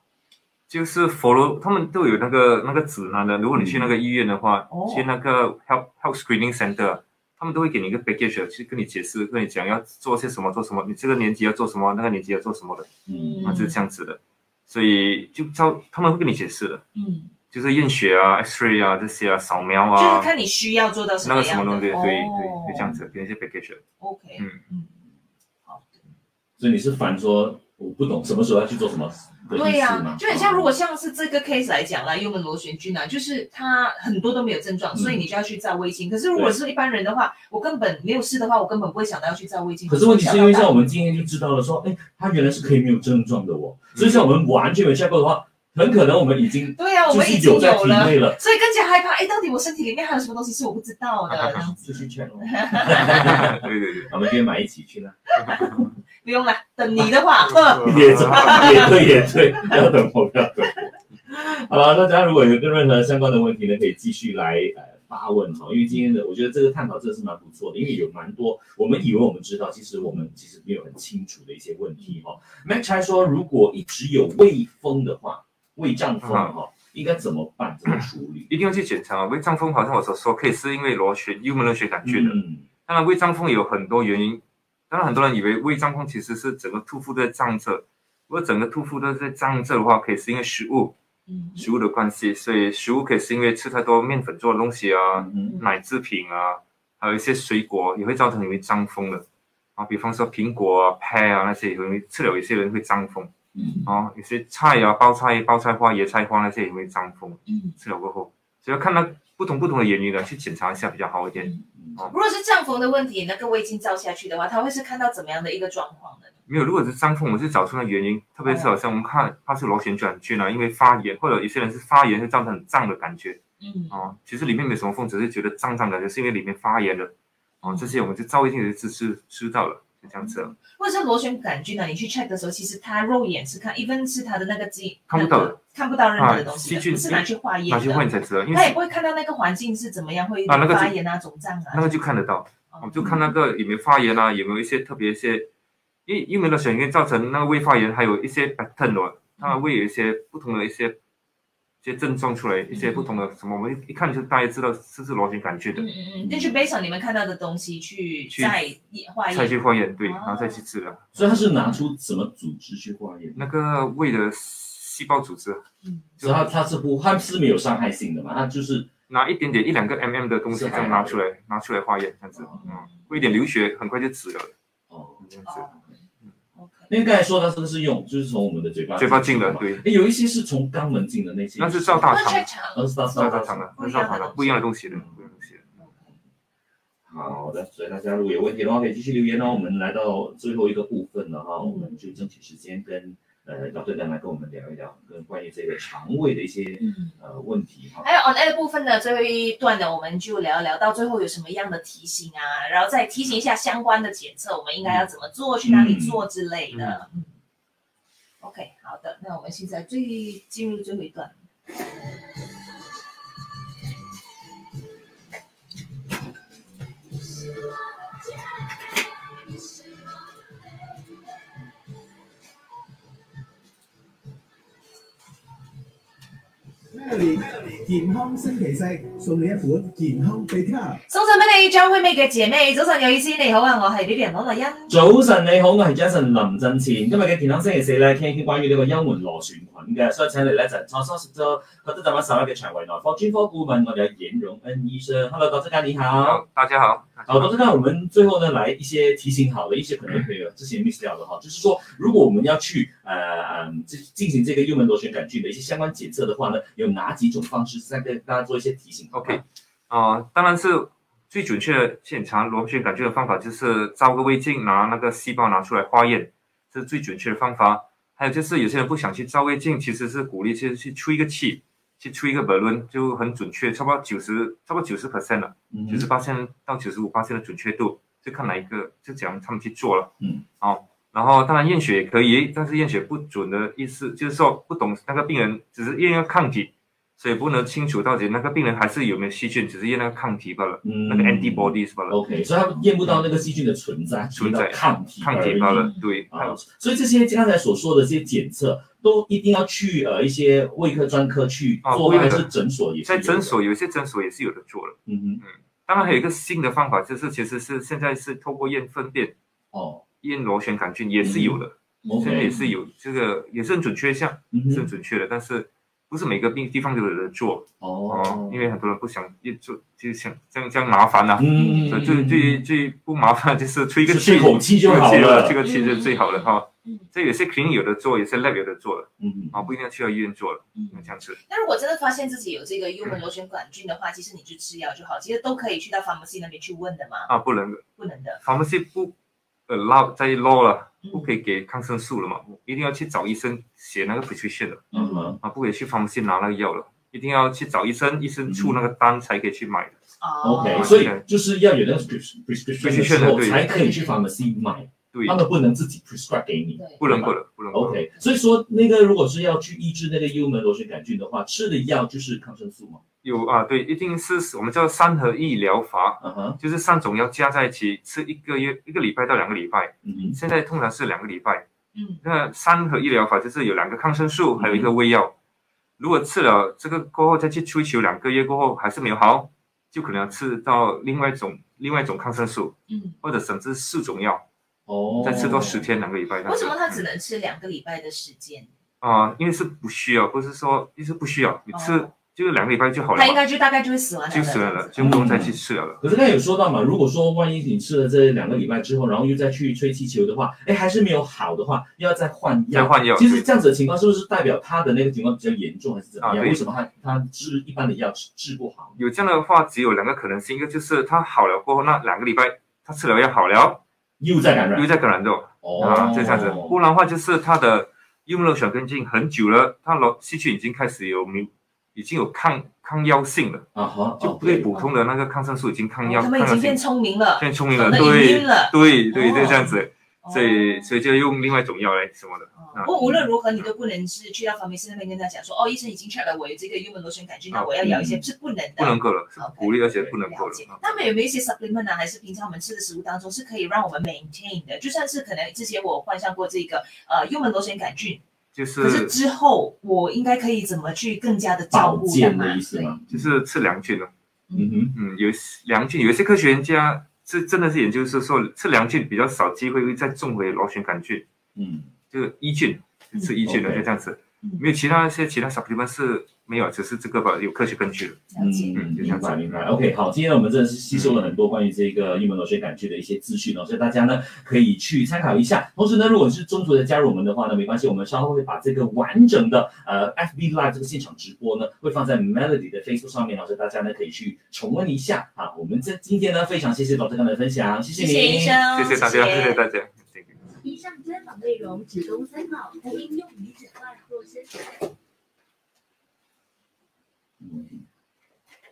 Speaker 3: 就是 follow，他们都有那个那个指南啊的。如果你去那个医院的话，
Speaker 2: 嗯
Speaker 1: 哦
Speaker 3: 去那个 health health screening center，他们都会给你一个 package，的去啊跟你解释，跟你讲要做些什么，做什么，你这个年级要做什么，那个年级要做什么的，
Speaker 2: 嗯
Speaker 3: 啊，就是这样子的。所以就照他们会跟你解释的，
Speaker 1: 嗯，
Speaker 3: 就是验血啊、X-ray 啊这些啊、扫描
Speaker 1: 就
Speaker 3: 啊
Speaker 1: 是，看你需要做到什
Speaker 3: 那
Speaker 1: 么
Speaker 3: 个什
Speaker 1: 样
Speaker 3: 么
Speaker 1: 的。
Speaker 3: 东西，对
Speaker 1: 哦
Speaker 3: 对，就这样子给你一些 package 的。
Speaker 1: OK，嗯
Speaker 3: 嗯
Speaker 1: 嗯，好的。
Speaker 2: 所以你是烦说我不懂什么时候要去做什么，的
Speaker 1: 对
Speaker 2: 意
Speaker 1: 呀、
Speaker 2: 思嘛。嗯
Speaker 1: 就很像如果像是这个 case 来讲啦，幽门螺旋菌啊，就是它很多都没有症状，
Speaker 2: 嗯
Speaker 1: 所以你就要去照胃镜。可是如果是一般人的话，我根本没有事的话，我根本不会想到要去照胃镜。
Speaker 2: 可是问题是因为
Speaker 1: 从
Speaker 2: 像
Speaker 1: 小到
Speaker 2: 我们今天就知道了说，哎，他原来是可以没有症状的哦，
Speaker 1: 嗯
Speaker 2: 所以像我们完全没有 check 过的话，很可能我们已经
Speaker 1: 大对呀、我
Speaker 2: 就
Speaker 1: 们
Speaker 2: 是
Speaker 1: 已经
Speaker 2: 有在体
Speaker 1: 有了，
Speaker 2: 内了，
Speaker 1: 所以更加害怕。哎，到底我身体里面还有什么东西是我不知道的？ 这样
Speaker 2: 就去 check 咯。
Speaker 3: 对对对，
Speaker 2: 我们可以买一起去呢，
Speaker 1: 不用了，等你的 话，哼
Speaker 2: 也 也对也对，不要等我，不要等我。 好了，大家如果有跟任何相关的问题呢，可以继续来呃发问哈，因为今天的我觉得这个探讨真的是蛮不错的，因为有蛮多我们以为我们知道，其实我们其实没有很清楚的一些问题哈。Mac 才说，如果一直有胃风的话，胃胀风哈，应该怎么办？怎么处理？
Speaker 3: 一定要去检查。胃胀风好像我所说，可以是因为螺旋幽门螺旋杆菌的。
Speaker 2: 嗯，
Speaker 3: 当然，胃胀风有很多原因。当然，很多人以为胃胀风其实是整个肚腹都在胀着。如果整个肚腹都在胀着的话，可以是因为食物、
Speaker 1: 嗯
Speaker 3: 食物的关系，所以食物可以是因为吃太多面粉做的东西啊、
Speaker 2: 嗯
Speaker 3: 奶制品啊，还有一些水果也会造成你会胀风的。啊，比方说苹果啊、pear 啊那些，也会吃了有一些人会胀风。
Speaker 2: 嗯
Speaker 3: 哦，有些菜啊、包菜、包菜花、椰菜花那些也会胀风。
Speaker 1: 嗯。
Speaker 3: 治疗过后，所以要看到不同不同的原因的去检查一下比较好一点。
Speaker 1: 如果是胀风的问题，那个胃镜照下去的话，它会是看到怎么样的一个状况呢？
Speaker 3: 没有，如果是伤风，我们去找出那原因，特别是好像我们看它是螺旋杆菌啊，因为发炎，或者有些人是发炎会造成很胀的感觉
Speaker 1: 嗯，
Speaker 3: 哦。其实里面没有什么风，只是觉得胀胀的感觉，是因为里面发炎了哦。这些我们就照胃镜就知知知道了，就这样子了，
Speaker 1: 或者是螺旋杆菌呢？你去 check 的时候，其实它肉眼是看，even 是它的那个基
Speaker 3: 看不到的，
Speaker 1: 看不到任何的东西
Speaker 3: 啊细
Speaker 1: 的，
Speaker 3: 菌
Speaker 1: 不是拿去化验
Speaker 3: 拿去换
Speaker 1: 的，
Speaker 3: 你才知道，因
Speaker 1: 它也
Speaker 3: 为
Speaker 1: 不会看到那个环境是怎么样会
Speaker 3: 啊那个就
Speaker 1: 发炎啊、肿胀啊。
Speaker 3: 那个就看得到。
Speaker 1: 哦
Speaker 3: 我就看那个有没有发炎啊，有没有一些特别一些，因为幽门螺旋菌造成那个胃发炎，还有一些 pattern 哦，它会有一些不同的一些一些症状出来，一些不同的什么，我们一一看就大概知道是不是螺旋杆菌的
Speaker 1: 嗯，嗯嗯，那就 based on 你们看到的东西去
Speaker 3: 去
Speaker 1: 再化
Speaker 3: 再
Speaker 1: 验。
Speaker 3: 去化验，对，
Speaker 1: 哦
Speaker 3: 然后再去治疗。
Speaker 2: 所以他是拿出什么组织去化验？
Speaker 3: 那个胃的细胞组织，
Speaker 1: 嗯，
Speaker 2: 所以他他是不他是没有伤害性的嘛，他就是
Speaker 3: 拿一点点一两个 mm 的东西这样拿出来，拿出来化验，这样子，嗯，会有点流血，很快就止了，
Speaker 2: 哦。
Speaker 3: 这样子，
Speaker 1: 哦，OK，
Speaker 2: 因为刚才说他这个是用，就是从我们的嘴巴
Speaker 3: 嘴巴进
Speaker 2: 的
Speaker 3: 的，，
Speaker 1: 哦
Speaker 3: 对，
Speaker 2: 诶有一些是从肛门进的那些，
Speaker 3: 那是照大
Speaker 1: 那
Speaker 3: 肠，
Speaker 1: check 肠
Speaker 2: 呃，是到
Speaker 3: 照
Speaker 2: 到
Speaker 3: 大
Speaker 2: 大肠
Speaker 3: 肠
Speaker 2: 的。
Speaker 3: 的，那是照大肠，不一样的东西的，不一样的东西的。
Speaker 2: 好的，所以大家如果有问题的话，可以继续留言哦。我们来到最后一个部分了哈，我们就争取时间跟呃老队长来跟我们聊一聊，跟关于这个肠胃的一些
Speaker 1: 嗯。
Speaker 2: 呃问题哈。
Speaker 1: 还有 on air 部分呢，最后一段呢，我们就聊一聊到最后有什么样的提醒啊，然后再提醒一下相关的检测，我们应该要怎么做，去哪里做之类的。嗯 OK，好的，那我们现在最进入最后一段。
Speaker 4: Melody 健康星期四送你一款健康秘卡。
Speaker 1: 送上俾你張惠妹嘅姐妹，早晨有意思，你好啊，我係 B B 人羅麗欣。
Speaker 2: 早晨你好，我係 Jason 林振前。今日嘅健康星期四咧，傾一傾關於呢個幽門螺旋菌嘅，所以請嚟咧就係創新食咗覺得浸一手嘅腸胃內科專科顧問，我哋有嚴容恩醫生。Hello，郭志佳你好。
Speaker 3: 好，大家好。
Speaker 2: 好，董事长，我们最后呢来一些提醒好了，一些可能会有之前 miss 掉的哈，就是说，如果我们要去呃嗯进进行这个幽门螺旋杆菌的一些相关检测的话呢，有哪几种方式再跟大家做一些提醒
Speaker 3: OK 哦，当然是最准确的检查螺旋杆菌的方法，就是照个胃镜，拿那个细胞拿出来化验，这是最准确的方法。还有就是有些人不想去照胃镜，其实是鼓励去去吹一个气，去吹一个 balloon，就很准确，差不多九十，差不多九十 percent 了，
Speaker 2: 嗯
Speaker 3: 九十八到九十五的准确度，就看哪一个就讲他们去做了。
Speaker 2: 嗯，
Speaker 3: 哦，然后当然验血也可以，但是验血不准的意思就是说不懂那个病人只是验个抗体，所以不能清楚到底那个病人还是有没有细菌，只是验那个抗体罢了，
Speaker 2: 嗯哦
Speaker 3: 那个 antibodies 罢了，
Speaker 2: OK，所以他们验不到那个细菌的存在，
Speaker 3: 存在
Speaker 2: 只验到抗体
Speaker 3: 抗
Speaker 2: 而
Speaker 3: 体
Speaker 2: 已
Speaker 3: 罢了，对，
Speaker 2: 啊，所以这些刚才所说的这些检测，都一定要去呃一些胃科专科去
Speaker 3: 啊
Speaker 2: 做
Speaker 3: 胃
Speaker 2: 吗，还
Speaker 3: 科
Speaker 2: 是诊所也是
Speaker 3: 在
Speaker 2: 有的
Speaker 3: 诊，所有些诊所也是有的做了。
Speaker 2: 嗯哼，
Speaker 3: 当然还有一个新的方法，就是其实是现在是透过验粪便、
Speaker 2: 哦
Speaker 3: 验螺旋杆菌也是有的，
Speaker 2: ，OK，
Speaker 3: 现在也是有这个也是很准确，像
Speaker 2: 嗯
Speaker 3: 是很
Speaker 2: 哼，
Speaker 3: 准确的，但是不不是每个病地方都有人做哦
Speaker 2: 哦，，
Speaker 3: 因为很多人不想一做就想这样这样麻烦呐、啊
Speaker 2: 嗯
Speaker 3: 所以最最最不麻烦就是出一个
Speaker 2: 是
Speaker 3: 气
Speaker 2: 吹口气就好
Speaker 3: 这个
Speaker 2: 了
Speaker 3: 气这。啊个气就最好了哈
Speaker 1: 嗯。
Speaker 3: 这有些 clinic 有的做，有些 lab 有的做了
Speaker 2: 嗯
Speaker 3: 啊，不一定要去到医院做了，
Speaker 2: 嗯
Speaker 3: 这样子。
Speaker 1: 那如果真的发现自己有这个幽门螺旋杆菌的话，其实你就吃药就好，其实都可以去到 pharmacy 那边去问的嘛，
Speaker 3: 啊，不能
Speaker 1: 不能的。
Speaker 3: ，pharmacy 不 allow 在 law 了，
Speaker 1: 嗯
Speaker 3: 不可以给抗生素了嘛，一定要去找医生写那个 prescription 的
Speaker 2: 嗯哼
Speaker 3: 啊，不可以去 pharmacy 拿那个药了，一定要去找医生，医生出那
Speaker 2: 嗯
Speaker 3: 个单才可以去买的。
Speaker 1: 哦
Speaker 2: ，OK，所以就是要有那个 pres- prescription 的时候，
Speaker 3: 对
Speaker 2: 才可以去 pharmacy 买，
Speaker 3: 对
Speaker 2: 他，们不能自己 prescribe 给你。
Speaker 1: 对，
Speaker 3: 不能够了，不能够了。
Speaker 2: OK，所以说那个如果是要去抑制那个幽门螺旋杆菌的话，吃的药就是抗生素嘛。
Speaker 3: 有啊，对，一定是我们叫三合一疗法，
Speaker 2: 嗯哼，
Speaker 3: 就是三种药加在一起吃一个月、一个礼拜到两个礼拜，
Speaker 2: 嗯哼，
Speaker 3: 现在通常是两个礼拜。
Speaker 1: 嗯
Speaker 3: 那三合一疗法就是有两个抗生素，还有一个胃药。如果吃了这个过后，再去追求两个月过后还是没有好，就可能要吃到另外一种另外一种抗生素，
Speaker 1: 嗯。
Speaker 3: 或者甚至四种药，
Speaker 2: 哦，
Speaker 3: 再吃到十天两个礼拜。
Speaker 1: 为什么他只
Speaker 3: 能
Speaker 1: 能吃两个礼拜的时间？
Speaker 3: 啊、因为是不需要，不是说就是不需要，你吃
Speaker 1: 哦
Speaker 3: 就是两个礼拜就好了
Speaker 1: 他应
Speaker 3: 嘛，
Speaker 1: 该就大概就会死完了，
Speaker 3: 就死了了，就不用再去吃了了。
Speaker 2: 可是刚才有说到嘛，如果说万一你吃了这两个礼拜之后，然后又再去吹气球的话，哎，还是没有好的话，又要再换
Speaker 3: 再
Speaker 2: 药。
Speaker 3: 换药，
Speaker 2: 其实这样子的情况是不是代表他的那个情况比较严重，还是怎么
Speaker 3: 啊
Speaker 2: 样？
Speaker 3: 对
Speaker 2: 为什么他他治一般的药治治不好？
Speaker 3: 有这样的话，只有两个可能性，一个就是他好了过后那两个礼拜他吃了药好了，
Speaker 2: 又在感染
Speaker 3: 又？再感染到。啊，
Speaker 2: 哦，
Speaker 3: 就这样子。不然的话，就是它的幽门螺旋根菌很久了，它老细菌已经开始有没已经有抗抗药性了，
Speaker 2: 啊哈，
Speaker 3: 就对普通的那个抗生素已经抗药，
Speaker 1: 哦他
Speaker 3: 抗
Speaker 1: 们已
Speaker 3: 药
Speaker 1: 经
Speaker 3: 性
Speaker 1: 变聪明了，
Speaker 3: 变聪明了，
Speaker 1: 懂得
Speaker 3: 对
Speaker 1: immune 了。
Speaker 3: 对对对，
Speaker 1: 哦
Speaker 3: 这啊样子，所以所以就用另外一种药来什么的。
Speaker 1: 哦不过无论如何，你都不能是去到房明师那边跟他讲说，哦，医生已经 check 了我有这个幽门螺旋杆菌，那我要咬一些，是不能的。
Speaker 3: 嗯不能够了，是
Speaker 1: 哦 OK，
Speaker 3: 鼓励，而且不能够
Speaker 1: 了
Speaker 3: 了
Speaker 1: 解。。
Speaker 3: 啊
Speaker 1: 那么有没有一些 supplement 啊，还是平常我们吃的食物当中是可以让我们 maintain 的？就算是可能之前我患上过这个呃幽门螺旋杆菌，
Speaker 3: 就
Speaker 1: 可是
Speaker 3: 是
Speaker 1: 之后我应该可以怎么去更加的照
Speaker 2: 保
Speaker 1: 顾它
Speaker 2: 健
Speaker 1: 嘛
Speaker 2: 的意？思嘛？
Speaker 3: 就是吃良菌了，
Speaker 2: 嗯哼。
Speaker 3: 嗯，有良菌，有一些科学家是真的是研究是说吃良菌比较少机会会再种回螺旋杆菌。
Speaker 2: 嗯，
Speaker 3: 就是益菌，就吃益菌的
Speaker 2: 嗯
Speaker 3: 就这样子
Speaker 1: 嗯，
Speaker 3: 没有其他一些其他小 u p p 是没有，只是这个吧有科学根据的。
Speaker 1: 了解。
Speaker 2: 嗯，
Speaker 3: 就这样
Speaker 2: 明
Speaker 3: 子
Speaker 2: 白明白。OK，好，今天我们真的是吸收了很多关于这个幽门螺旋杆菌的一些资讯哦，所以大家呢可以去参考一下。同时呢，如果你是中途的加入我们的话呢，没关系，我们稍后会把这个完整的呃 FB Live 这个现场直播呢，会放在 Melody 的 Facebook 上面哦，所以大家呢可以去重温一下啊。我们这今天呢非常谢谢老师刚才的分享，谢
Speaker 1: 谢
Speaker 2: 您，
Speaker 1: 谢医生，
Speaker 3: 谢谢大家，嗯谢谢大家。这个
Speaker 5: 以上专访内容仅供参考，无应用于诊断或申请。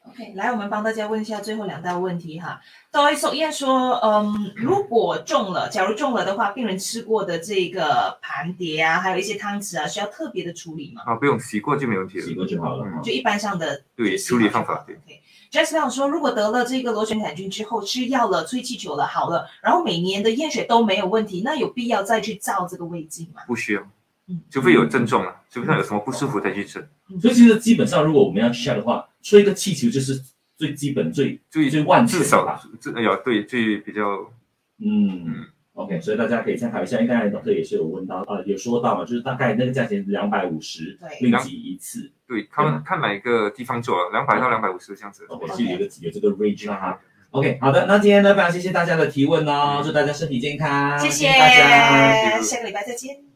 Speaker 1: OK，来，我们帮大家问一下最后两道问题哈。对，首燕说，嗯，如果中了，假如中了的话，病人吃过的这个盘碟啊，还有一些汤匙啊，需要特别的处理吗？
Speaker 3: 啊，不用洗过就没问题
Speaker 2: 洗
Speaker 3: 了。
Speaker 2: 过就好了。
Speaker 3: 嗯
Speaker 1: 就一般上的
Speaker 3: 对，处理方法对
Speaker 1: OK。Jasmine 说，如果得了这个螺旋杆菌之后，吃药了、吹气球了，好了，然后每年的验血都没有问题，那有必要再去照这个胃镜吗？
Speaker 3: 不需要
Speaker 1: 嗯，
Speaker 3: 除非有症状了，除非他有什么不舒服再去吃。
Speaker 2: 所以其实基本上，如果我们要 check 的话，吹一个气球就是最基本最
Speaker 3: 最
Speaker 2: 最万全
Speaker 3: 至
Speaker 2: 的
Speaker 3: 少
Speaker 2: 吧
Speaker 3: 至哎呀，对，最比较
Speaker 2: 嗯，OK，所以大家可以参考一下，因为刚才老师也是有问到，呃，有说到嘛，就是大概那个价钱两百五十
Speaker 1: 对
Speaker 2: 令吉一次，
Speaker 3: 对，
Speaker 2: 对
Speaker 3: 看看哪一个地方做，啊两百到两百五十这样子。
Speaker 2: 我是有一个有这个 range 啦哈。OK，好的，那今天
Speaker 3: 啊
Speaker 2: 呢，非常谢谢大家的提问哦，祝大家身体健康，
Speaker 1: 谢谢
Speaker 2: 大家。，
Speaker 1: 下个礼拜再见。